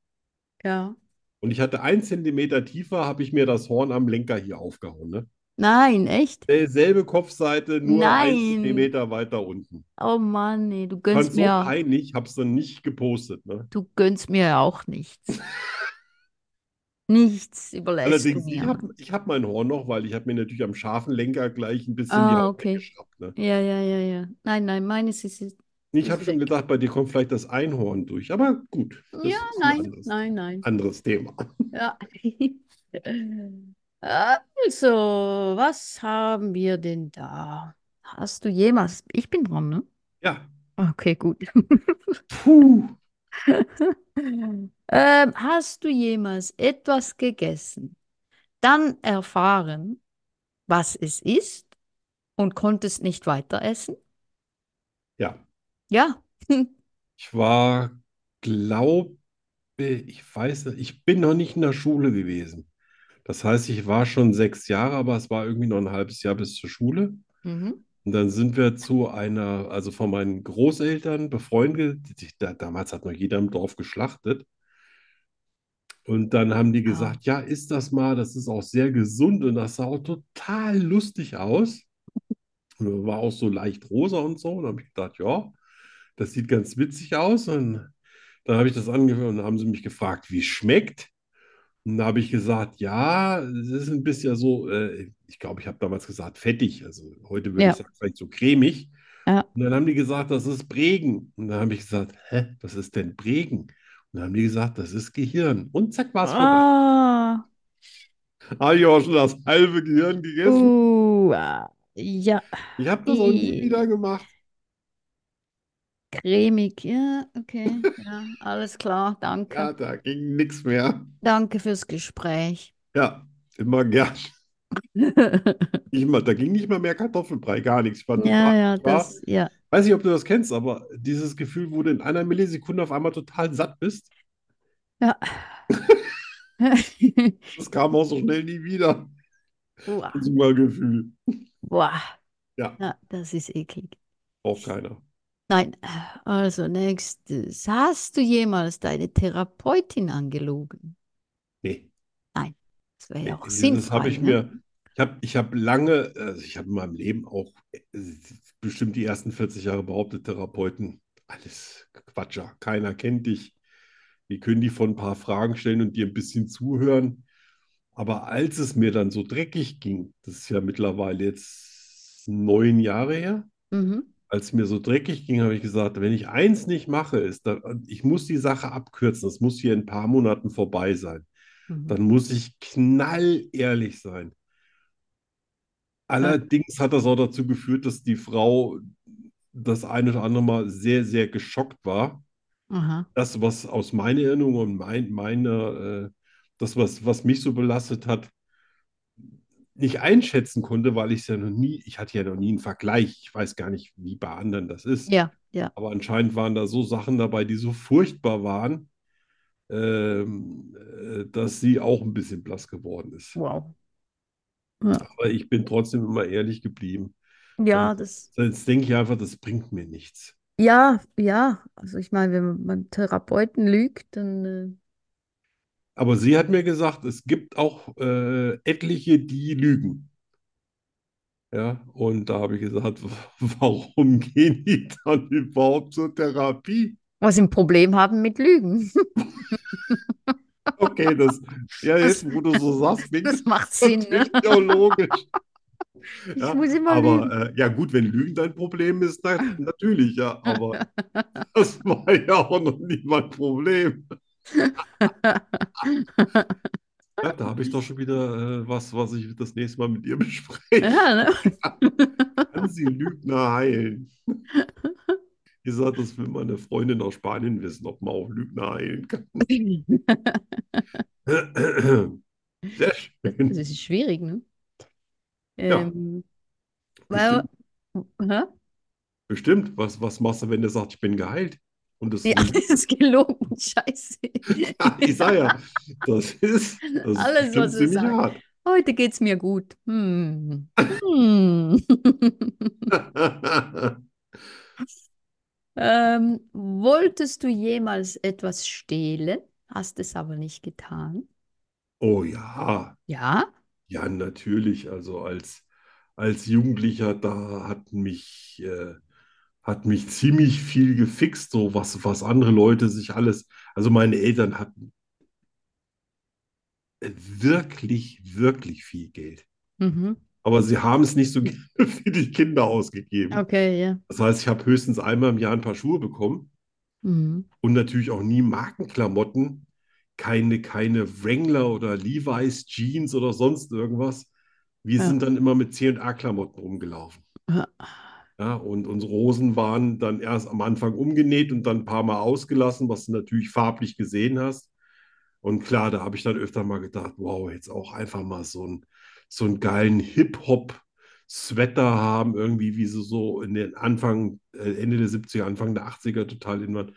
Ja. und ich hatte ein Zentimeter tiefer, habe ich mir das Horn am Lenker hier aufgehauen. Ne? Nein, echt? Selbe Kopfseite, nur ein Nein. Zentimeter weiter unten. Oh Mann, nee, du Fand gönnst so mir, peinlich, habe es dann nicht gepostet. Ne? du gönnst mir auch nichts. *laughs* Nichts überlässt du Allerdings, ich mir. habe ich hab mein Horn noch, weil ich habe mir natürlich am scharfen Lenker gleich ein bisschen die Ah, Haut okay. weggeschraubt. Ne? Ja, ja, ja, ja. Nein, nein, meines ist jetzt. Ich Ist habe schon weg. gedacht, bei dir kommt vielleicht das Einhorn durch, aber gut, das Ja, ist ein nein, anderes, nein, nein. anderes Thema. Ja. *laughs* Also, was haben wir denn da? Hast du jemals? Ich bin dran, ne? Ja, Okay, gut. puh. Ähm, hast du jemals etwas gegessen, dann erfahren, was es ist und konntest nicht weiter essen? Ja, Ja. *laughs* ich war, glaube ich, weiß nicht, ich bin noch nicht in der Schule gewesen. Das heißt, ich war schon sechs Jahre, aber es war irgendwie noch ein halbes Jahr bis zur Schule. Mhm. Und dann sind wir zu einer, also von meinen Großeltern befreundet. die- Da, damals hat noch jeder im Dorf geschlachtet. Und dann haben die Ah. gesagt, ja, isst das mal, das ist auch sehr gesund und das sah auch total lustig aus. Und war auch so leicht rosa und so. Und dann habe ich gedacht, ja, das sieht ganz witzig aus. Und dann habe ich das angehört und dann haben sie mich gefragt, wie es schmeckt. Und da habe ich gesagt, ja, es ist ein bisschen so, äh, ich glaube, ich habe damals gesagt, fettig. Also heute würde Ja. ich sagen, vielleicht so cremig. Ja. Und dann haben die gesagt, das ist Bregen. Und dann habe ich gesagt, hä, was ist denn Bregen? Und dann haben die gesagt, das ist Gehirn. Und zack, war es vorbei. Ah. Habe ich auch schon das halbe Gehirn gegessen. Uh, ah. ja, Ich habe das auch nie Ih. wieder gemacht. cremig. Ja, *laughs* okay. Ja, alles klar. Danke. Ja, da ging nichts mehr. Danke fürs Gespräch. Ja, immer *laughs* gern. Ich mal, da ging nicht mal mehr Kartoffelbrei, gar nichts. Ich war Ja, total, ja, ich war, das, ja. weiß nicht, ob du das kennst, aber dieses Gefühl, wo du in einer Millisekunde auf einmal total satt bist, Ja. *laughs* das kam auch so schnell nie wieder. Uah, Das Hungergefühl. uh, Boah. Ja. Ja, das ist eklig. Braucht keiner. Nein, also nächstes. Hast du jemals deine Therapeutin angelogen? Nee. Das wäre ja auch Nee, Das habe sinnfrei, ich ne? mir, ich habe ich hab lange, also ich habe in meinem Leben auch äh, bestimmt die ersten 40 Jahre behauptet, Therapeuten, alles Quatscher, keiner kennt dich. Die können dir von ein paar Fragen stellen und dir ein bisschen zuhören. Aber als es mir dann so dreckig ging, das ist ja mittlerweile jetzt neun Jahre her, Mhm. als mir so dreckig ging, habe ich gesagt, wenn ich eins nicht mache, ist, da, ich muss die Sache abkürzen, das muss hier in ein paar Monaten vorbei sein Mhm. dann muss ich knallehrlich sein. Allerdings hat das auch dazu geführt, dass die Frau das eine oder andere Mal sehr, sehr geschockt war. Aha. Das, was aus meiner Erinnerung und mein, meine, äh, das, was, was mich so belastet hat, nicht einschätzen konnte, weil ich es ja noch nie, ich hatte ja noch nie einen Vergleich. Ich weiß gar nicht, wie bei anderen das ist. Ja, ja. Aber anscheinend waren da so Sachen dabei, die so furchtbar waren, ähm, äh, dass sie auch ein bisschen blass geworden ist. Wow. Aber ich bin trotzdem immer ehrlich geblieben. Ja, das. Sonst denke ich einfach, das bringt mir nichts. Ja, ja. Also ich meine, wenn man beim Therapeuten lügt, dann äh, Aber sie hat mir gesagt, es gibt auch äh, etliche, die lügen. Ja, und da habe ich gesagt, *laughs* warum gehen die dann überhaupt zur Therapie? was sie ein Problem haben mit Lügen. *laughs* Okay, das, ja, jetzt, wo du so sagst, klingt Das macht Sinn, *laughs* ne? natürlich auch logisch. Ich Ja, muss immer lügen. aber äh, ja, gut, wenn Lügen dein Problem ist, dann natürlich, ja, aber das war ja auch noch nie mein Problem. Ja, da habe ich doch schon wieder äh, was, was ich das nächste Mal mit dir bespreche. Ja, ne? Kann sie Lügner heilen? *laughs* Ich sage, das will meine Freundin aus Spanien wissen, ob man auch Lügner heilen kann. ne? *laughs* Sehr Das schön. ist schwierig, ne? Ja. Ähm, weil, hä? Bestimmt. Was, was machst du, wenn der sagt, ich bin geheilt? Und das Nee, *laughs* alles ist gelogen, scheiße. ich sage ja, das ist, das ist Alles, bestimmt was er ziemlich sagt. hart. Heute geht's mir gut. Hm. Hm. *laughs* Ähm, wolltest du jemals etwas stehlen? Hast es aber nicht getan. *laughs* Oh ja, Ja, ja, natürlich. Also als, als Jugendlicher, da hat mich, äh, hat mich ziemlich viel gefixt, so was, was andere Leute sich alles. Also meine Eltern hatten äh, wirklich, wirklich viel Geld. mhm. Aber sie haben es nicht so *laughs* gerne für die Kinder ausgegeben. Okay, ja. Das heißt, ich habe höchstens einmal im Jahr ein paar Schuhe bekommen. Mhm. Und natürlich auch nie Markenklamotten, keine, keine Wrangler oder Levi's Jeans oder sonst irgendwas. Wir Ja. sind dann immer mit C&A-Klamotten rumgelaufen. Ja. Ja, und unsere Hosen waren dann erst am Anfang umgenäht und dann ein paar Mal ausgelassen, was du natürlich farblich gesehen hast. Und klar, da habe ich dann öfter mal gedacht, wow, jetzt auch einfach mal so, ein, so einen geilen Hip-Hop-Sweater haben, irgendwie, wie sie so in den Anfang, äh, Ende der 70er, Anfang der 80er total in waren.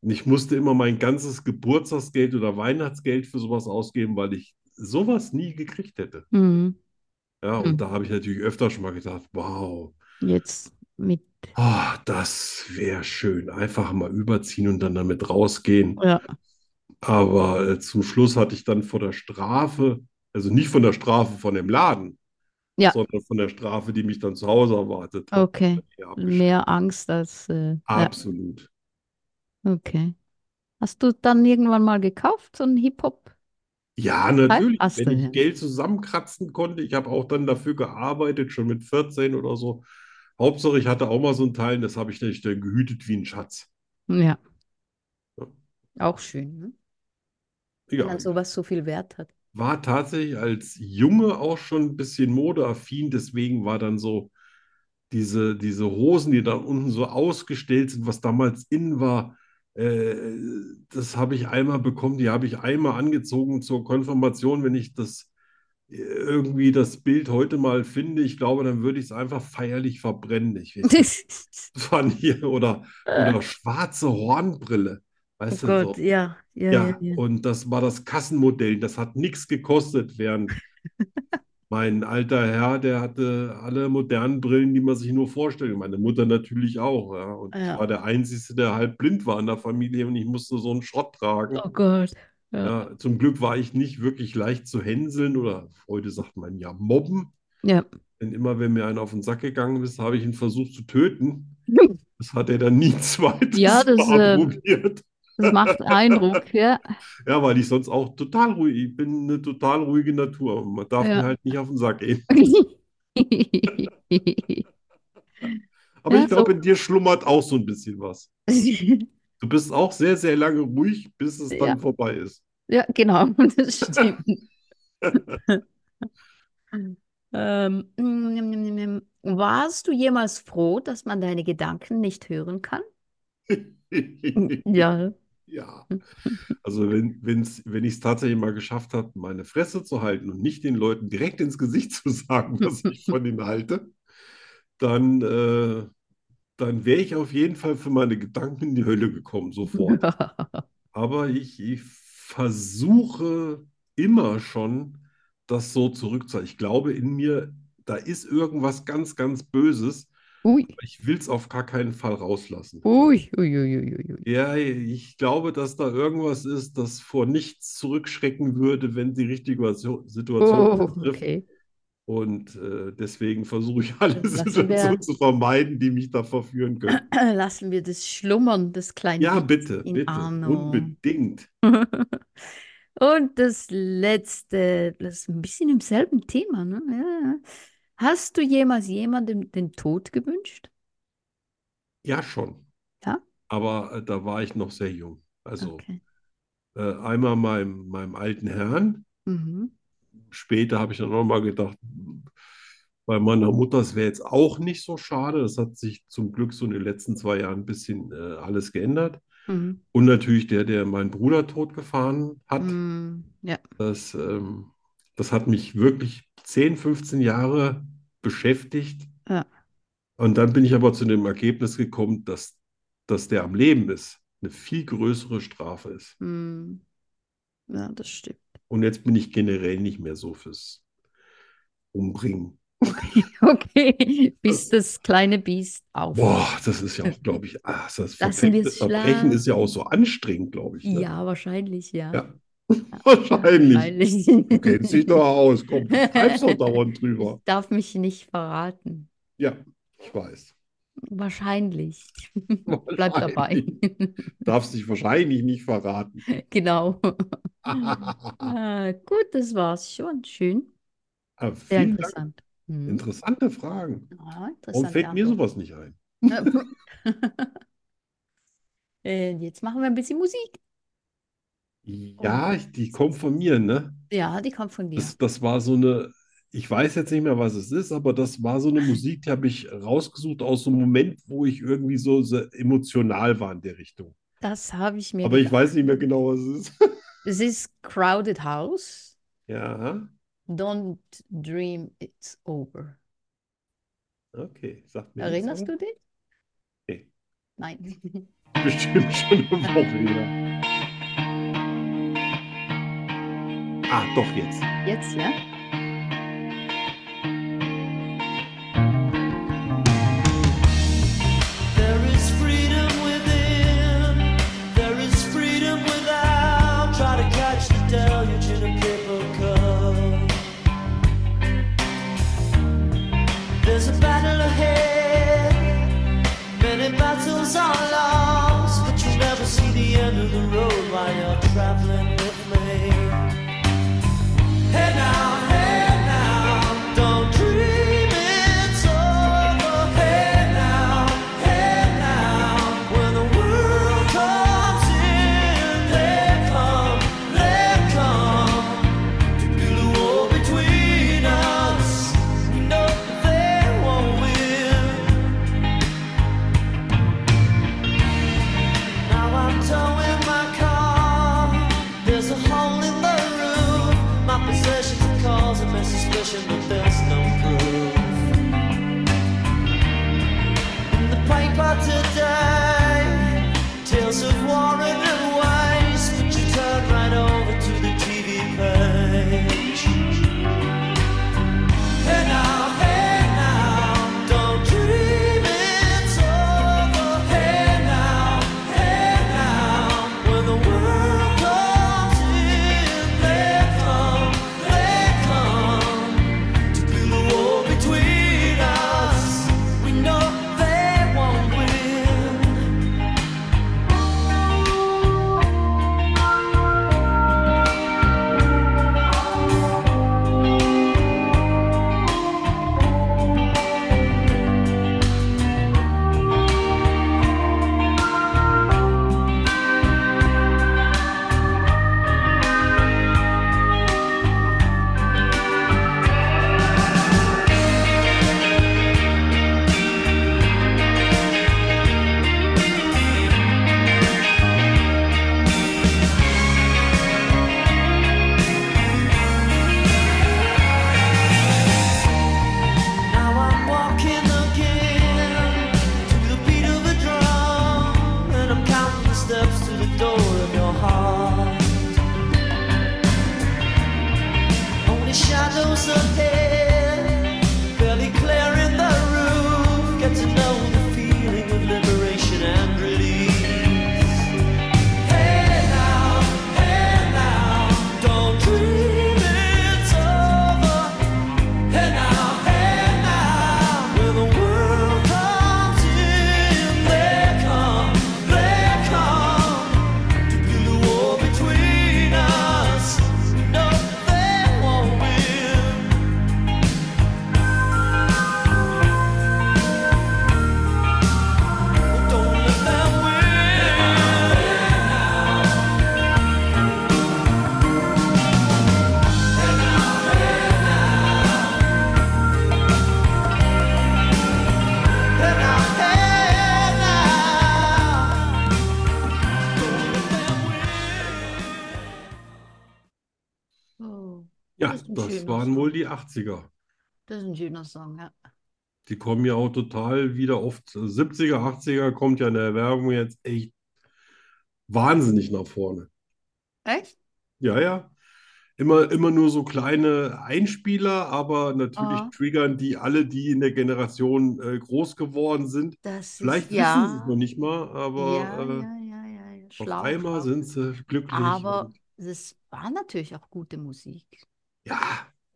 Und ich musste immer mein ganzes Geburtstagsgeld oder Weihnachtsgeld für sowas ausgeben, weil ich sowas nie gekriegt hätte. Mhm. Ja, Hm. und da habe ich natürlich öfter schon mal gedacht, wow, Jetzt mit. Ah, das wäre schön. Einfach mal überziehen und dann damit rausgehen. Ja. Aber äh, zum Schluss hatte ich dann vor der Strafe, also nicht von der Strafe von dem Laden, Ja. sondern von der Strafe, die mich dann zu Hause erwartet hat. Okay. Ja, Mehr Angst als. Äh, ja, absolut. okay. Hast du dann irgendwann mal gekauft, so ein Hip-Hop? Ja, natürlich, Hast wenn du, ich ja. Geld zusammenkratzen konnte, ich habe auch dann dafür gearbeitet, schon mit 14 oder so. Hauptsache, ich hatte auch mal so einen Teil, das habe ich nicht äh, gehütet wie einen Schatz. Ja. Ja. Auch schön, ne? Wenn Ja. dann sowas so viel Wert *laughs* hat. war tatsächlich als Junge auch schon ein bisschen modeaffin, deswegen war dann so diese, diese Hosen, die da unten so ausgestellt sind, was damals in war, äh, das habe ich einmal bekommen, die habe ich einmal angezogen zur Konfirmation, wenn ich das äh, irgendwie das Bild heute mal finde, ich glaube, dann würde ich es einfach feierlich verbrennen. Ich weiß nicht, das waren hier oder, oder schwarze Hornbrille, Oh weißt du, so. Gott, ja, ja, ja, Ja, ja. und das war das Kassenmodell. Das hat nichts gekostet, *laughs* während mein alter Herr, der hatte alle modernen Brillen, die man sich nur vorstellen kann. Meine Mutter natürlich auch. Ja. Und ich Ja. war der Einzige, der halb blind war in der Familie und ich musste so einen Schrott tragen. Oh Gott. Ja. Ja, zum Glück war ich nicht wirklich leicht zu hänseln oder heute sagt man ja mobben. Ja. Denn immer, wenn mir einer auf den Sack gegangen ist, habe ich ihn versucht zu *laughs* töten. Das hat er dann nie ein zweites Ja, das, Mal äh, probiert. Das macht Eindruck, ja. *laughs* Ja, weil ich sonst auch total ruhig, ich bin eine total ruhige Natur. Man darf Ja. mir halt nicht auf den Sack *laughs* gehen. Ja, Aber ich so. glaube, in dir schlummert auch so ein bisschen was. Du bist auch sehr, sehr lange ruhig, bis es Ja. dann vorbei ist. Ja, genau, *laughs* das stimmt. *laughs* Ähm, mm, mm, mm, mm. warst du jemals froh, dass man deine Gedanken nicht hören kann? Ja. Hm, Ja. Also wenn, wenn's, wenn ich es tatsächlich mal geschafft habe, meine Fresse zu halten und nicht den Leuten direkt ins Gesicht zu sagen, *laughs* was ich von ihnen halte, dann, äh, dann wäre ich auf jeden Fall für meine Gedanken in die Hölle gekommen, sofort. Aber ich, ich versuche immer schon, das so zurückzuhalten. Ich glaube in mir, da ist irgendwas ganz, ganz Böses. Ui, Ich will es auf gar keinen Fall rauslassen. ui, ui, ui, ui, ui. Ja, ich glaube, dass da irgendwas ist, das vor nichts zurückschrecken würde, wenn die richtige Situation- Situation Oh, betrifft. okay. Und äh, deswegen versuche ich alle Das lassen Situationen wir. zu vermeiden, die mich da verführen können. Lassen wir das Schlummern des kleinen *clears throat* Ja, Kindes bitte, in bitte, Arno. unbedingt. Und das letzte, das ist ein bisschen im selben Thema, ne? Ja. ja. Hast du jemals jemandem den Tod gewünscht? Ja, schon. Ja? Aber äh, da war ich noch sehr jung. Also Okay. äh, einmal meinem, meinem alten Herrn. Mhm. Später habe ich dann nochmal gedacht, bei meiner Mutter, es wäre jetzt auch nicht so schade. Das hat sich zum Glück so in den letzten zwei Jahren ein bisschen äh, alles geändert. Mhm. Und natürlich der, der meinen Bruder totgefahren hat. Mm, Ja. Das, ähm, das hat mich wirklich 10, 15 Jahre beschäftigt. Ja. Und dann bin ich aber zu dem Ergebnis gekommen, dass, dass der am Leben ist, eine viel größere Strafe ist. Mm. Ja, das stimmt. *laughs* Und jetzt bin ich generell nicht mehr so fürs umbringen. Okay, bis das kleine Biest auf. Äh. Boah, das ist ja auch, glaube ich, ah, das Lassen wir verdeckte es schla- Verbrechen ist ja auch so anstrengend, glaube ich. Ne? Ja, wahrscheinlich, ja. Ja, Wahrscheinlich. Wahrscheinlich. Du kennst dich doch aus. *laughs* Komm, du schreibst doch dauernd drüber. Ich darf mich nicht verraten. Ja, ich weiß. Wahrscheinlich. *laughs* Bleib Wahrscheinlich. dabei. Darfst dich wahrscheinlich nicht verraten. *laughs* Genau. Ah, gut, das war's schon. Schön. Aber vielen Sehr Dank. interessant. Hm. Interessante Fragen. Ah, Warum interessante fällt mir Antwort. sowas nicht ein? *laughs* Äh, Jetzt machen wir ein bisschen Musik. Oh. Ja, ich, die kommt von mir, ne? Ja, die kommt von dir. Das, das war so eine, ich weiß jetzt nicht mehr, was es ist, aber das war so eine Musik, die habe ich rausgesucht aus so einem Moment, wo ich irgendwie so sehr emotional war in der Richtung. Das habe ich mir Aber ich gedacht. weiß nicht mehr genau, was es ist. *laughs* Es ist Crowded House. Ja, Don't dream it's over. okay, sagt mir nichts, Erinnerst aber du dich? Nee. Nein. *laughs* *laughs* Bestimmt schon eine Woche her. Ah, doch jetzt. Jetzt, ja? There is freedom within. There is freedom without. Try to catch the deluge in a paper cup. There's a battle ahead. Many battles are lost, but you never see the end of the road while you're traveling with me. Hey now, hey now, don't dream it's over. Hey now, hey now, when the world comes in, they come, they come to build a wall between us. We know they won't win. Now I'm towing my car. There's a hole in the roof. My possessions are causing me suspicion, but there's no proof. In the paper today, tales of war and of waste, but you turn right over to the TV page. Hey now, hey now, don't dream it's over. Hey now, hey now, when the world comes in, they come, they come to build a wall between us. We know they won't win. Now I'm walking again to the beat of a drum, and I'm counting the steps to the door of your heart. Only shadows ahead, barely clear in the room. Get to know the feeling of liberation and release. Hey now, hey now, don't dream it's over. Hey now, hey now, when the world comes in, they come, they come to build a wall between us. No, they won't win. Don't let them win. Hey now, hey now, don't let them win. Oh, Ja, Das ist ein das schöner waren Song. wohl die 80er. das ist ein schöner Song, ja. Die kommen ja auch total wieder oft. 70er, 80er kommt ja in der Werbung jetzt echt wahnsinnig nach vorne. Echt? Ja, ja. immer, immer nur so kleine Einspieler, aber natürlich Ah. triggern die alle, die in der Generation äh, groß geworden sind. Das ist Vielleicht wissen ja. sie es noch nicht mal, aber ja, äh, ja, ja, ja, ja. auf Schlau, einmal schlau. sind sie glücklich. Aber und- es war natürlich auch gute Musik. ja,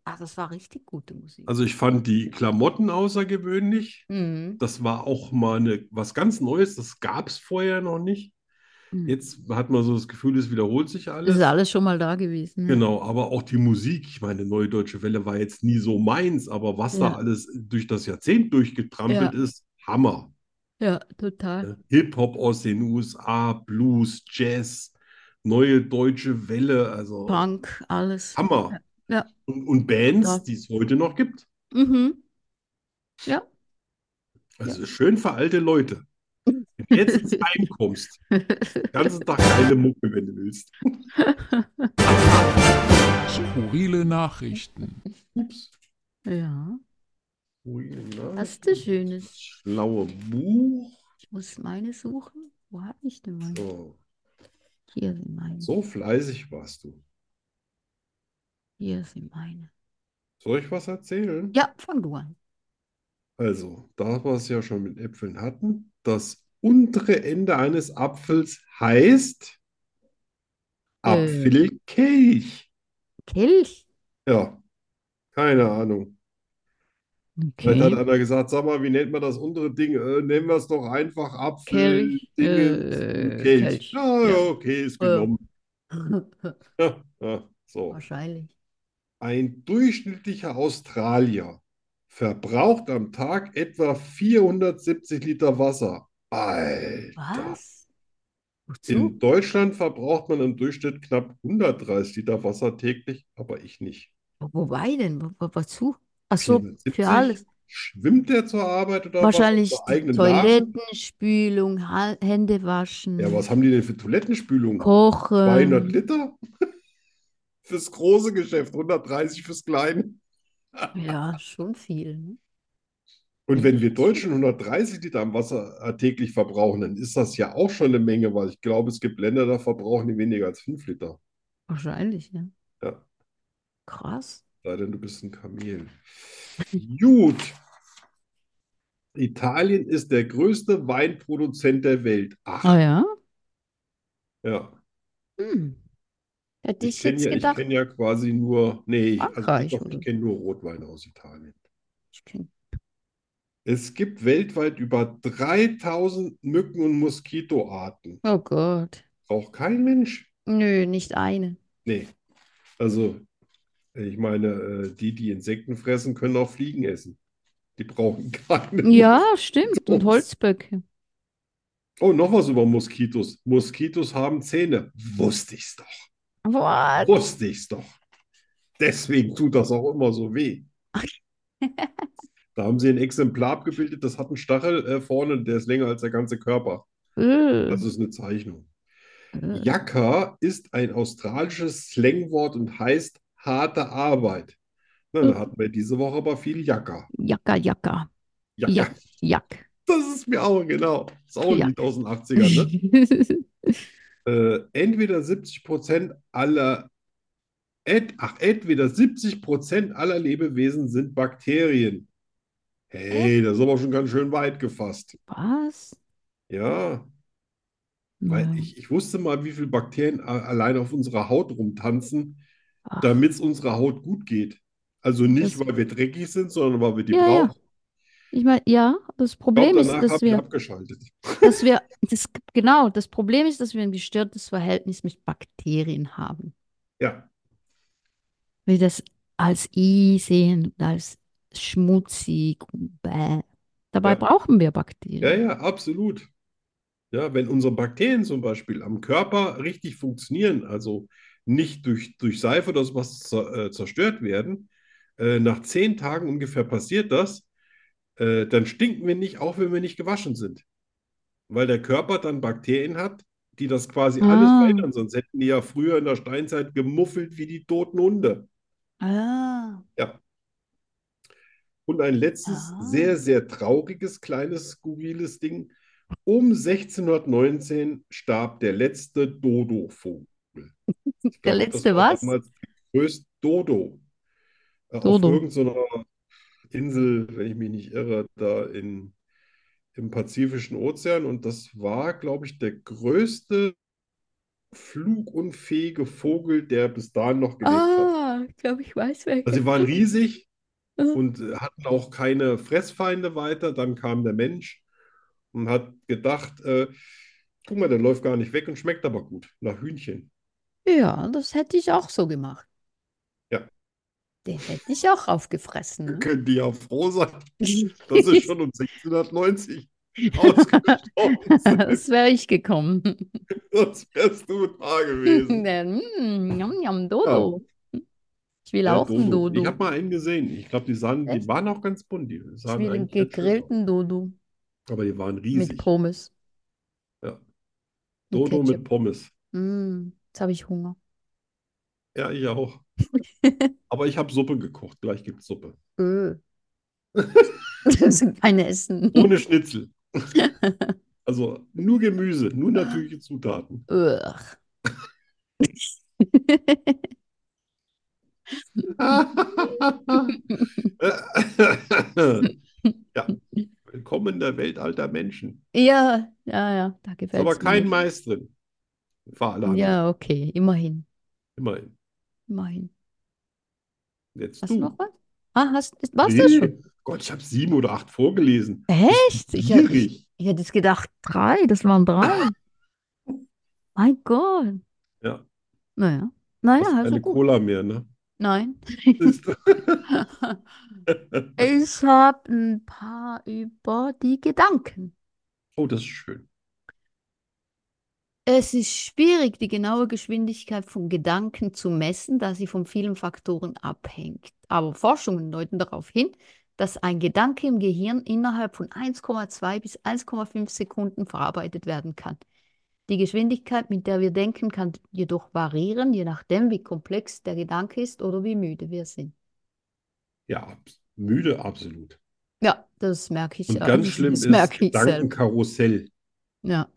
Ach, das war richtig gute Musik. also ich fand die Klamotten außergewöhnlich. Mhm. Das war auch mal eine, was ganz Neues, das gab es vorher noch nicht. Mhm. Jetzt hat man so das Gefühl, es wiederholt sich Das alles. ist alles schon mal da gewesen. ne? Genau, aber auch die Musik. Ich meine, Neue Deutsche Welle war jetzt nie so meins, aber was da Ja. alles durch das Jahrzehnt durchgetrampelt ist, Hammer. Ja, total. ne? Hip-Hop aus den USA, Blues, Jazz, Neue Deutsche Welle, also Punk, alles. Hammer. Ja. Und, und Bands, Ja. die es heute noch gibt. Mhm. Also schön für alte Leute. Wenn du jetzt ins Heim kommst, den ganzen Tag keine Mucke, wenn du willst. Skurrile Nachrichten. Ups. Ja. Ui, na, Hast du schönes? Schlaue Buch. Ich muss meine suchen. Wo habe ich denn meine? So. Hier sind meine. So fleißig warst du. Hier sind meine. Soll ich was erzählen? Ja, fang du an. Also, da wir es ja schon mit Äpfeln hatten, das untere Ende eines Apfels heißt Apfelkelch. Kelch. *laughs* Ja, keine Ahnung. Vielleicht hat Okay. einer gesagt, sag mal, wie nennt man das untere Ding? Äh, nennen wir es doch einfach Apfel, Kelch, Dinge, Kelch. äh, Kelch, Ja, ja, ja. okay, ist Äh. genommen. Ja, ja, so. Wahrscheinlich. Ein durchschnittlicher Australier verbraucht am Tag etwa 470 Liter Wasser. Alter. Was? In Wozu? Deutschland verbraucht man im Durchschnitt knapp 130 Liter Wasser täglich, aber ich nicht. Wo- Wobei denn? Wo, wo, wozu? Ach so, 74? für alles. Schwimmt er zur Arbeit oder was? Auf Wahrscheinlich der eigenen Nase? Toilettenspülung, Ha- Hände waschen, Ja, was haben die denn für Toilettenspülung? kochen. 200 Liter? *laughs* Fürs große Geschäft, 130 fürs kleine. Ja, schon viel. Ne? Und wenn wir Deutschen 130 Liter am Wasser äh, täglich verbrauchen, dann ist das ja auch schon eine Menge, weil ich glaube, es gibt Länder, da verbrauchen die weniger als 5 Liter. Wahrscheinlich, ja. Ja. Krass. Sei denn, du bist ein Kamel. Gut. Italien ist der größte Weinproduzent der Welt. Ah Ach, ja. ja. Hm. Hätte Ich ich kenne jetzt ja, ich gedacht, kenne ja quasi nur, nee, ich, also Frankreich, ich, oder? ich kenne nur Rotwein aus Italien. Ich kenn- Es gibt weltweit über 3000 Mücken- und Moskitoarten. Oh Gott. Braucht kein Mensch. Nö, nicht eine. Nee. Also, ich meine, äh, die, die Insekten fressen, können auch Fliegen essen. Die brauchen keine. *laughs* Ja, stimmt. Und Holzböcke. Oh, noch was über Moskitos. Moskitos haben Zähne. Wusste ich's doch. What? Wusste ich's doch. Deswegen tut das auch immer so weh. Da haben sie ein Exemplar abgebildet, das hat einen Stachel äh, vorne, der ist länger als der ganze Körper. Äh, Das ist eine Zeichnung. äh. Yakka ist ein australisches Slangwort und heißt harte Arbeit. Na, da hatten wir diese Woche aber viel Yakka. Jacka, Jacka. Yakka, Jack, Jack. *laughs* das ist mir auch, genau. Ist auch ein Ja. Lied aus den *laughs* 80ern, ne? Äh, entweder 70 Prozent aller, et, ach, entweder 70 Prozent aller Lebewesen sind Bakterien. Hey, das ist aber schon ganz schön weit gefasst. Was? Ja, Nein. weil ich, ich wusste mal, wie viele Bakterien a- allein auf unserer Haut rumtanzen. Ach, damit es unserer Haut gut geht. Also nicht, Das- weil wir dreckig sind, sondern weil wir die Ja, ja. brauchen. ich meine, ja, das Ich glaube, Problem ist, danach dass habt ihr wir, abgeschaltet. dass wir, das, genau, das Problem ist, dass wir ein gestörtes Verhältnis mit Bakterien haben. Ja, Weil wir das als I sehen und als schmutzig und bäh. Dabei Ja. brauchen wir Bakterien. ja, ja, absolut. Ja, wenn unsere Bakterien zum Beispiel am Körper richtig funktionieren, also nicht durch, durch Seife oder sowas zer, äh, zerstört werden, äh, nach zehn Tagen ungefähr passiert das, äh, dann stinken wir nicht, auch wenn wir nicht gewaschen sind. Weil der Körper dann Bakterien hat, die das quasi alles Ah. verändern. Sonst hätten die ja früher in der Steinzeit gemuffelt wie die toten Hunde. Ah, Und ein letztes, Ah. sehr, sehr trauriges, kleines, skurriles Ding. Um 1619 starb der letzte Dodo-Vogel. Ich Der glaube, *laughs* das letzte war was? damals grüßt Dodo. Äh, auf Dodo. irgendeiner Insel, wenn ich mich nicht irre, da in, im Pazifischen Ozean. Und das war, glaube ich, der größte flugunfähige Vogel, der bis dahin noch gelebt hat. Ah, ich glaube, ich weiß wer. Also sie waren riesig Mhm. und äh, hatten auch keine Fressfeinde weiter. Dann kam der Mensch und hat gedacht, äh, guck mal, der läuft gar nicht weg und schmeckt aber gut nach Hühnchen. Ja, das hätte ich auch so gemacht. Ja. Den hätte ich auch aufgefressen. Ne? Können die ja froh sein, *laughs* dass sie schon um *laughs* 1690 ausgestorben sind. *laughs* Das wäre *laughs* ich gekommen. *laughs* Sonst wärst du da gewesen. Ja, mm, Yum, yum, Dodo. Ich will *laughs* Ja, auch einen Dodo. Dodo. Ich habe mal einen gesehen. Ich glaube, die sahen, die waren auch ganz bunt. Die Ich sahen will einen eigentlich ganz schön aus. gegrillten Dodo Aber die waren mit riesig. Pommes. Ja. Mit Dodo mit Ketchup. Pommes. Mm, jetzt habe ich Hunger. Ja, ich *laughs* auch. Aber ich habe Suppe gekocht. Gleich gibt's Suppe. *laughs* Öh. Das sind keine Essen. Ohne Schnitzel. Also nur Gemüse, nur natürliche *laughs* Zutaten. Ugh. Ja, willkommen in der Welt alter Menschen. Ja, ja, ja, da Ist aber gefällt's mir kein nicht. Mais drin. Für alle anderen. Ja, okay, immerhin, Immerhin. immerhin. Jetzt Hast du. noch was? Ah, hast, ist- war's das Nee. schon? Gott, ich habe sieben oder acht vorgelesen. Echt? Ich, hätt- ich, Gierig. ich hätte es gedacht, drei, das waren *laughs* drei. Mein Gott. Ja. Naja, naja, Hast also keine gut. Cola mehr, ne? Nein. Ist- *laughs* Ich habe ein paar über die Gedanken. Oh, das ist schön. Es ist schwierig, die genaue Geschwindigkeit von Gedanken zu messen, da sie von vielen Faktoren abhängt. Aber Forschungen deuten darauf hin, dass ein Gedanke im Gehirn innerhalb von 1,2 bis 1,5 Sekunden verarbeitet werden kann. Die Geschwindigkeit, mit der wir denken, kann jedoch variieren, je nachdem, wie komplex der Gedanke ist oder wie müde wir sind. Ja, abs- müde, absolut. Ja, das merke ich. Und äh, ganz das schlimm ist merke ich selbst. Gedankenkarussell. Ja,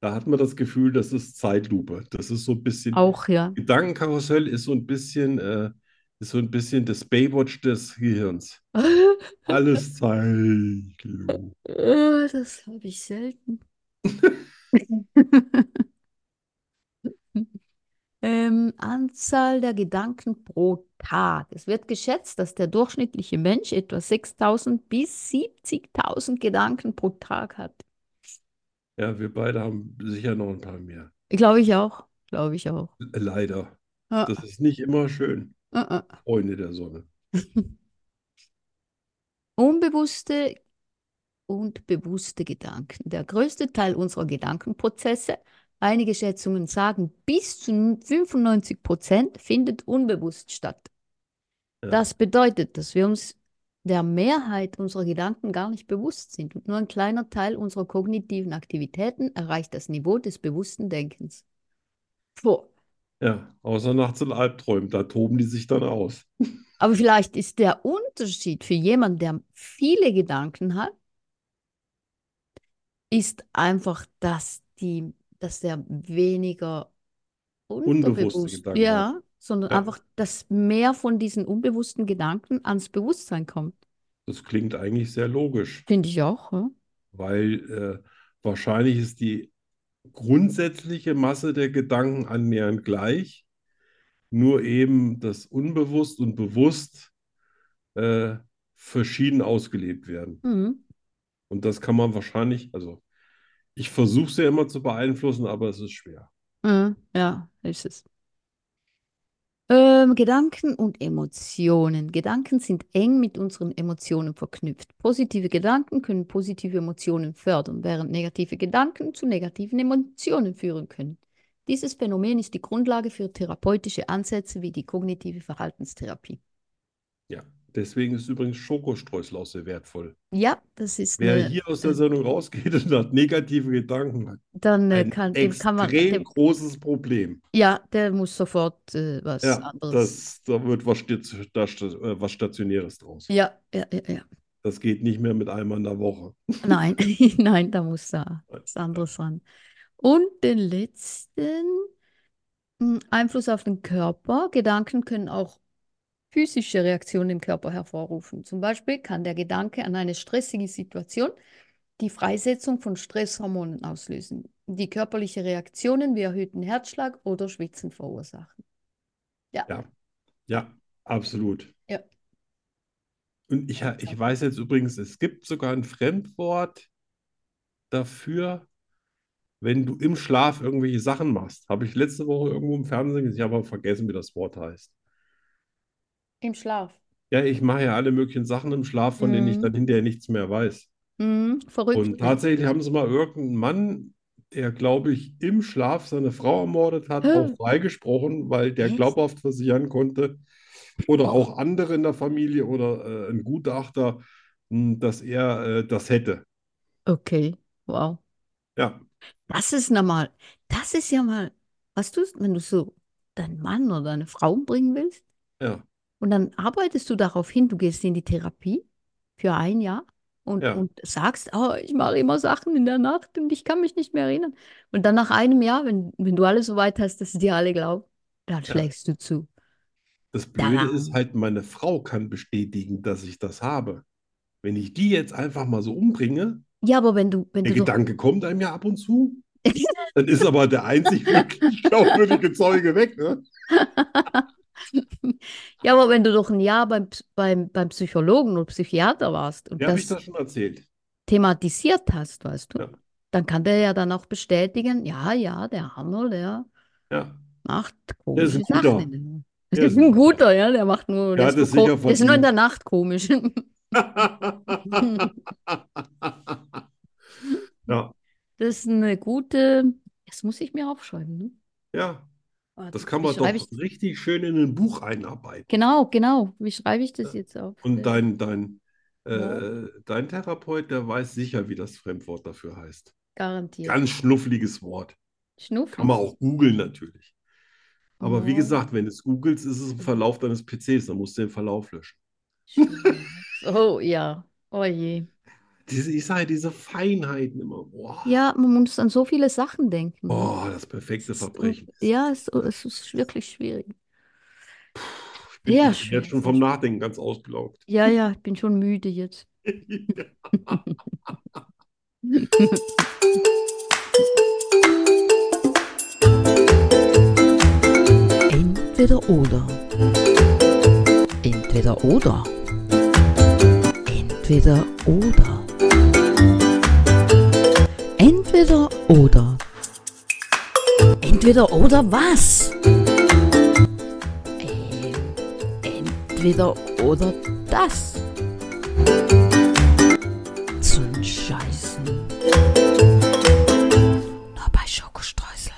Da hat man das Gefühl, das ist Zeitlupe. Das ist so ein bisschen. auch ja. Gedankenkarussell ist so ein bisschen, äh, ist so ein bisschen das Baywatch des Gehirns. *laughs* Alles Zeitlupe. Äh, Das habe ich selten. *laughs* Ähm, Anzahl der Gedanken pro Tag. Es wird geschätzt, dass der durchschnittliche Mensch etwa 6000 bis 70.000 Gedanken pro Tag hat. Ja, wir beide haben sicher noch ein paar mehr. Glaube ich auch. Glaube ich auch. Leider. Ah, Das ist nicht immer schön, ah, ah. Freunde der Sonne. Unbewusste und bewusste Gedanken. Der größte Teil unserer Gedankenprozesse, einige Schätzungen sagen bis zu 95 Prozent, findet unbewusst statt. Ja. Das bedeutet, dass wir uns der Mehrheit unserer Gedanken gar nicht bewusst sind und nur ein kleiner Teil unserer kognitiven Aktivitäten erreicht das Niveau des bewussten Denkens. Puh. Ja, außer nachts in Albträumen, da toben die sich dann aus. Aber vielleicht ist der Unterschied für jemanden, der viele Gedanken hat, ist einfach, dass die, dass der weniger Unbewusste unterbewusst, Gedanken ja, sondern Ja. einfach, dass mehr von diesen unbewussten Gedanken ans Bewusstsein kommt. Das klingt eigentlich sehr logisch, Finde ich auch, ja. weil äh, wahrscheinlich ist die grundsätzliche Masse der Gedanken annähernd gleich, nur eben das Unbewusst und Bewusst äh, verschieden ausgelebt werden. Mhm. Und das kann man wahrscheinlich, also ich versuche es ja immer zu beeinflussen, aber es ist schwer. Mhm. Ja, ist es. Ähm, Gedanken und Emotionen. Gedanken sind eng mit unseren Emotionen verknüpft. Positive Gedanken können positive Emotionen fördern, während negative Gedanken zu negativen Emotionen führen können. Dieses Phänomen ist die Grundlage für therapeutische Ansätze wie die kognitive Verhaltenstherapie. Ja, deswegen ist übrigens Schokostreusel auch sehr wertvoll. Ja, das ist Wer eine, hier aus der äh, Sendung rausgeht *laughs* und hat negative Gedanken, hat dann äh, ein kann, dem kann man, extrem dem, großes Problem. ja, der muss sofort äh, was Ja, anderes. das, da wird was, Stit- da, sta- äh, was Stationäres draus. Ja, ja, ja, ja. Das geht nicht mehr mit einmal in der Woche. Nein, *laughs* nein, da muss da was anderes ran. Und den letzten, Mm, Einfluss auf den Körper. Gedanken können auch physische Reaktionen im Körper hervorrufen. Zum Beispiel kann der Gedanke an eine stressige Situation die Freisetzung von Stresshormonen auslösen, die körperliche Reaktionen wie erhöhten Herzschlag oder Schwitzen verursachen. Ja, absolut. Ja. Und ich, ha- ich weiß jetzt übrigens, es gibt sogar ein Fremdwort dafür, wenn du im Schlaf irgendwelche Sachen machst. Habe ich letzte Woche irgendwo im Fernsehen gesehen, ich habe aber vergessen, wie das Wort heißt. Im Schlaf. Ja, ich mache ja alle möglichen Sachen im Schlaf, von denen ich Mhm. dann hinterher nichts mehr weiß. Mm, verrückt. Und tatsächlich haben sie mal irgendeinen Mann, der, glaube ich, im Schlaf seine Frau ermordet hat, auch freigesprochen, weil der Echt? glaubhaft versichern konnte, oder auch andere in der Familie oder äh, ein Gutachter, mh, dass er äh, das hätte. Okay, wow. Ja, Das ist na mal, das ist ja mal, was du, wenn du so deinen Mann oder deine Frau umbringen willst ja, und dann arbeitest du darauf hin, du gehst in die Therapie für ein Jahr und, Ja. und sagst, oh, ich mache immer Sachen in der Nacht und ich kann mich nicht mehr erinnern. Und dann nach einem Jahr, wenn, wenn du alles so weit hast, dass sie dir alle glauben, dann schlägst du zu. das Blöde ist Daran. halt, meine Frau kann bestätigen, dass ich das habe. Wenn ich die jetzt einfach mal so umbringe, Ja, aber wenn du, wenn der du doch, Gedanke kommt einem ja ab und *laughs* zu, dann ist aber der einzig wirklich glaubwürdige Zeuge weg, ne? ja, aber wenn du doch ein Jahr beim, Ps- beim, beim Psychologen oder Psychiater warst und Ja, habe ich das das schon erzählt. thematisiert hast, weißt du, Ja. dann kann der ja dann auch bestätigen, ja, ja, der Arno, der Ja, macht Der ist ein komische guter. Sachen. in der Nacht. Der Das ist ein guter, ja, der macht nur, Ja, der das ist nur, sicher ko- von ist nur in ihm. der *laughs* Nacht komisch. *laughs* Ja, Das ist eine gute, das muss ich mir aufschreiben, ne? ja, Warte, das kann wie man doch schreibe ich, richtig schön in ein Buch einarbeiten. genau, genau, wie schreibe ich das jetzt auf? Und Äh, dein, dein, Ja. äh, dein Therapeut, der weiß sicher, wie das Fremdwort dafür heißt. garantiert. Ganz schnuffliges Wort. Schnufflig. Kann man auch googeln natürlich. Aber wie Ja. gesagt, wenn du es googelst, ist es im Verlauf deines PCs, dann musst du den Verlauf löschen. *laughs* Oh ja, oh je. Diese, ich sage, diese Feinheiten immer. Boah, Ja, man muss an so viele Sachen denken. ne? boah, das perfekte Es ist un- Oh, Verbrechen. Ja, es, es ist wirklich schwierig. Ich bin, sehr ich bin schwer, jetzt schon sehr vom schwer. Nachdenken ganz ausgelaugt. *laughs* Ja, ja, ich bin schon müde jetzt. Entweder oder. Entweder oder. Entweder oder. Entweder oder. Entweder oder was? Ähm, entweder oder das. Zum Scheißen. Nur bei Schokostreusel.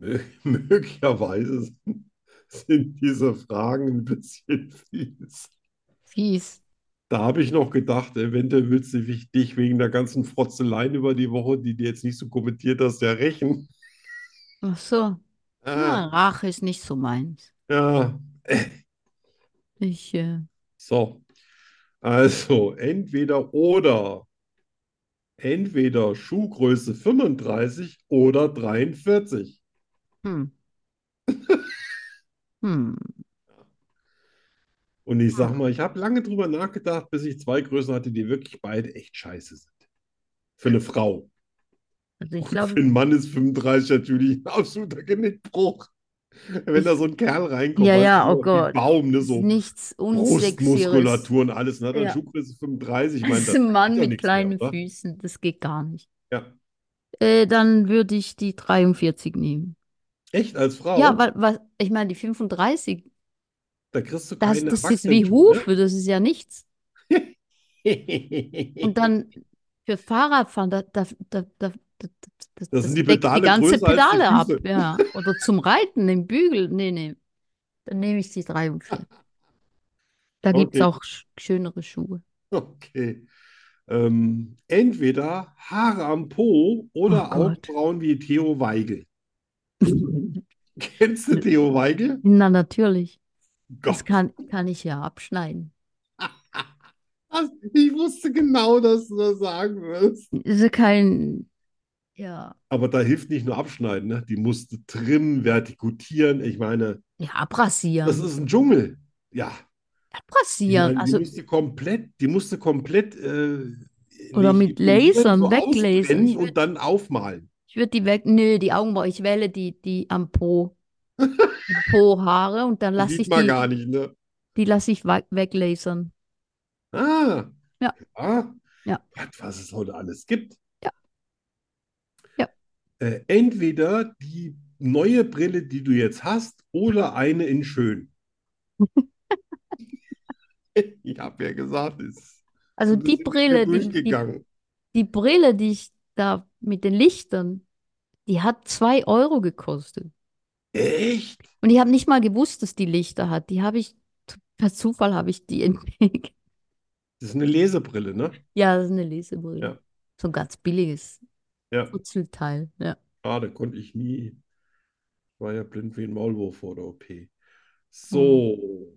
Mö- Möglicherweise *laughs* sind- sind diese Fragen ein bisschen fies. Fies. Da habe ich noch gedacht, eventuell willst du dich- dich wegen der ganzen Frotzeleien über die Woche, die du jetzt nicht so kommentiert hast, ja rächen. Ach so. Na, Ah, Rache ist nicht so *laughs* meins. ja, Ich, äh, so. Also, entweder oder. Entweder Schuhgröße 35 oder 43. hm. *laughs* Hm. Und ich sag mal, ich habe lange drüber nachgedacht, bis ich zwei Größen hatte, die wirklich beide echt scheiße sind. Für eine Frau. Also ich Und für glaube, einen Mann ist 35 natürlich ein absoluter Genickbruch. Wenn da so ein Kerl reinkommt, Ja, weißt ja, du, oh so Gott. Wie Baum, ne, es ist so nichts Unsexieres. Brustmuskulatur und alles. Ne? Dann Ja. Schuhgröße 35. Ich Das *laughs* meine, ist das ein Mann geht ja mit nichts mehr, kleinen oder? Füßen, das geht gar nicht. Ja. Äh, dann würde ich die 43 nehmen. Echt als Frau? Ja, weil, weil ich meine, die 35, Da kriegst du das, keine das ist wie Erwachsenenschuhe, ne? Hufe, das ist ja nichts. ne? Und dann für Fahrradfahren, da, da, da, da, da, das, Da das sind die deckt die Pedale ganze größer als die Pedale ab, Füße. ja. Oder zum Reiten im Bügel, nee, nee. Dann nehme ich die 43. Da gibt es Okay. auch sch- schönere Schuhe. *laughs* Okay. Ähm, entweder Haare am Po Oh oder Gott. Augenbrauen wie Theo Weigel. *laughs* Kennst du Theo Weigel? Na, natürlich. *laughs* Das Gott. kann, kann ich ja abschneiden. Das- Ich wusste genau, dass du das sagen wirst. Das ist ja kein, Ja. Aber da hilft nicht nur abschneiden, ne? Die musste trimmen, vertikutieren. Ich meine, Ja, abrasieren. das ist ein Dschungel. Ja. Die, abrasieren. die Also, musste komplett, die musste komplett äh, Oder nicht mit Lasern so weglasern. ausblenden und dann aufmalen. ich würde die weg. Nö, die Augenbrauen. Ich wähle die, die am Po. *laughs* Die Po-Haare und dann lasse Sieht ich man die, gar nicht, ne? die lasse ich we- weglasern. Ah. Ja. Ah. Ja. Gott, was es heute alles gibt. Ja. Ja. Äh, entweder die neue Brille, die du jetzt hast, oder eine in *laughs* schön. Ich habe ja gesagt, es ist Also das die ist Brille, die, die, durchgegangen. die Brille, die ich da mit den Lichtern, die hat zwei Euro gekostet. Echt? Und ich habe nicht mal gewusst, dass die Lichter hat. Die habe ich, per Zufall habe ich die *laughs* entdeckt. Das ist eine Lesebrille, ne? Ja, das ist eine Lesebrille. Ja. So ein ganz billiges Ja. Futzelteil. Ja. Schade, Ah, konnte ich nie. Ich war ja blind wie ein Maulwurf vor der OP. So.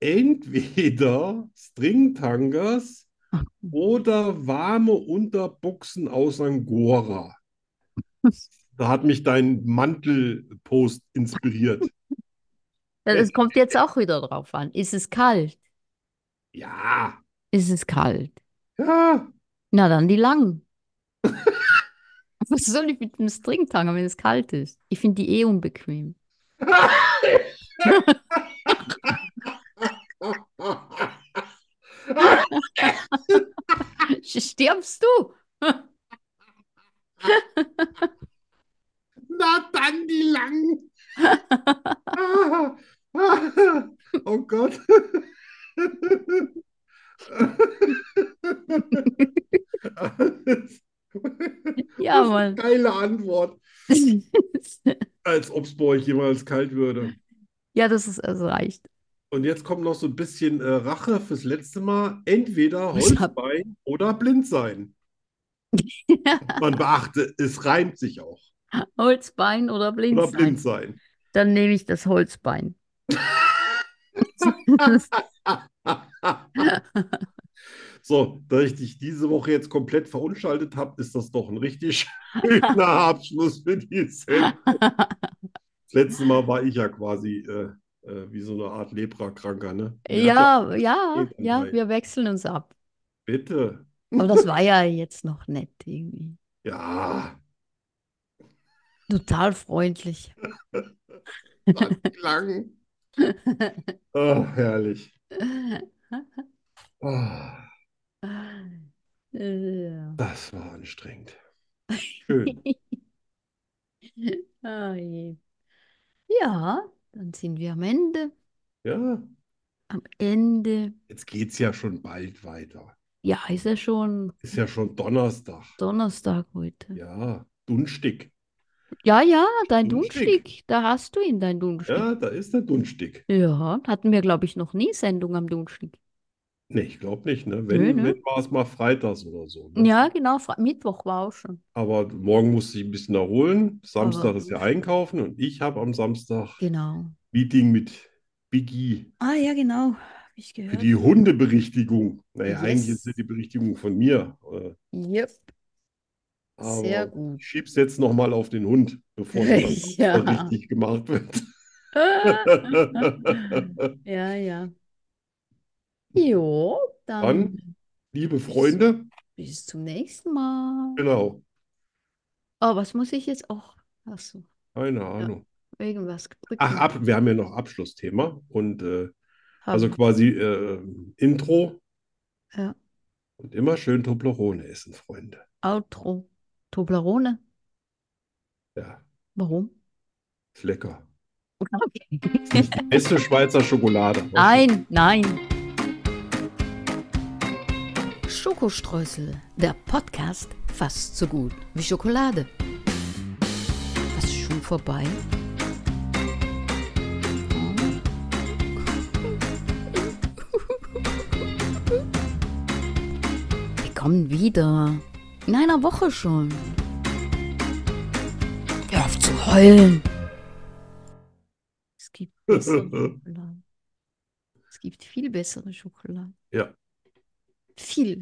Entweder Stringtangas oder warme Unterbuchsen aus Angora. Da hat mich dein Mantelpost inspiriert. Ja, Das kommt jetzt auch wieder drauf an. Ist es kalt? Ja, *laughs* Ist es kalt? ja. Na dann die langen. Was soll ich mit dem Stringtanger, wenn es kalt ist? Ich finde die eh unbequem. *laughs* Stirbst du? Na dann die langen. Oh Gott. Ja, Das ist eine *laughs* Mann. geile Antwort. Als ob es bei euch jemals kalt würde. Ja, das ist also reicht. Und jetzt kommt noch so ein bisschen äh, Rache fürs letzte Mal. Entweder Ich hab- Holzbein oder blind *laughs* sein. Man beachte, es reimt sich auch. Holzbein oder blind Oder sein? blind sein. Dann nehme ich das Holzbein. *laughs* So, da ich dich diese Woche jetzt komplett verunstaltet habe, ist das doch ein richtig schöner Abschluss für die Sendung. Das letzte Mal war ich ja quasi äh, äh, wie so eine Art Leprakranker, ne? Ihr habt Ja, ja, Geht ja, dabei. wir wechseln uns *laughs* ab. Bitte. Aber das war ja jetzt noch nett irgendwie. Ja, *laughs* Total freundlich. das klang. Ah, herrlich. Ah, Ja. das war anstrengend. Schön. Ah, je. Ja, dann sind wir am Ende. Ja, Am Ende. jetzt geht's ja schon bald weiter. Ja, ist ja schon Ist ja schon Donnerstag. Donnerstag heute. Ja, dunstig. Ja, ja, dein Dunstig. Dunstig. Da hast du ihn, dein Dunstig. Ja, da ist der dunstig. Ja, hatten wir, glaube ich, noch nie Sendung am Dunstig. Nee, ich glaube nicht, ne? Nö, Wenn, ne? wenn war es mal freitags oder so, ne? Ja, genau, Fre- Mittwoch war auch schon. Aber morgen muss ich ein bisschen erholen. Samstag Aber- ist ja einkaufen und ich habe am Samstag Genau. Meeting mit Biggie Ah, ja, genau. Hab ich für gehört. die Hundeberichtigung. Naja, eigentlich Yes. ist ja die Berichtigung von mir. äh, Yep, sehr Aber gut. ich schieb's jetzt nochmal auf den Hund, bevor es Ja. dann richtig gemacht wird. *laughs* *laughs* Ja, ja. Jo, dann Dann, liebe Freunde, bis zum nächsten Mal. genau, Oh, was muss ich jetzt auch? Achso, keine Ahnung. irgendwas gedrückt. Ach, ab, wir haben ja noch Abschlussthema und äh, also haben. quasi äh, Intro Ja. und immer schön Toblerone essen, Freunde. Outro. Toblerone. Ja, Warum? ist lecker. Okay. Ah, Beste Schweizer Schokolade. Nein, nein. Schokostreusel, der Podcast fast so gut wie Schokolade. Was ist schon vorbei? Wir kommen wieder. In einer Woche schon. Hör auf zu heulen. Es *laughs* gibt bessere Schokolade. Es gibt viel bessere Schokolade. Ja. Viel.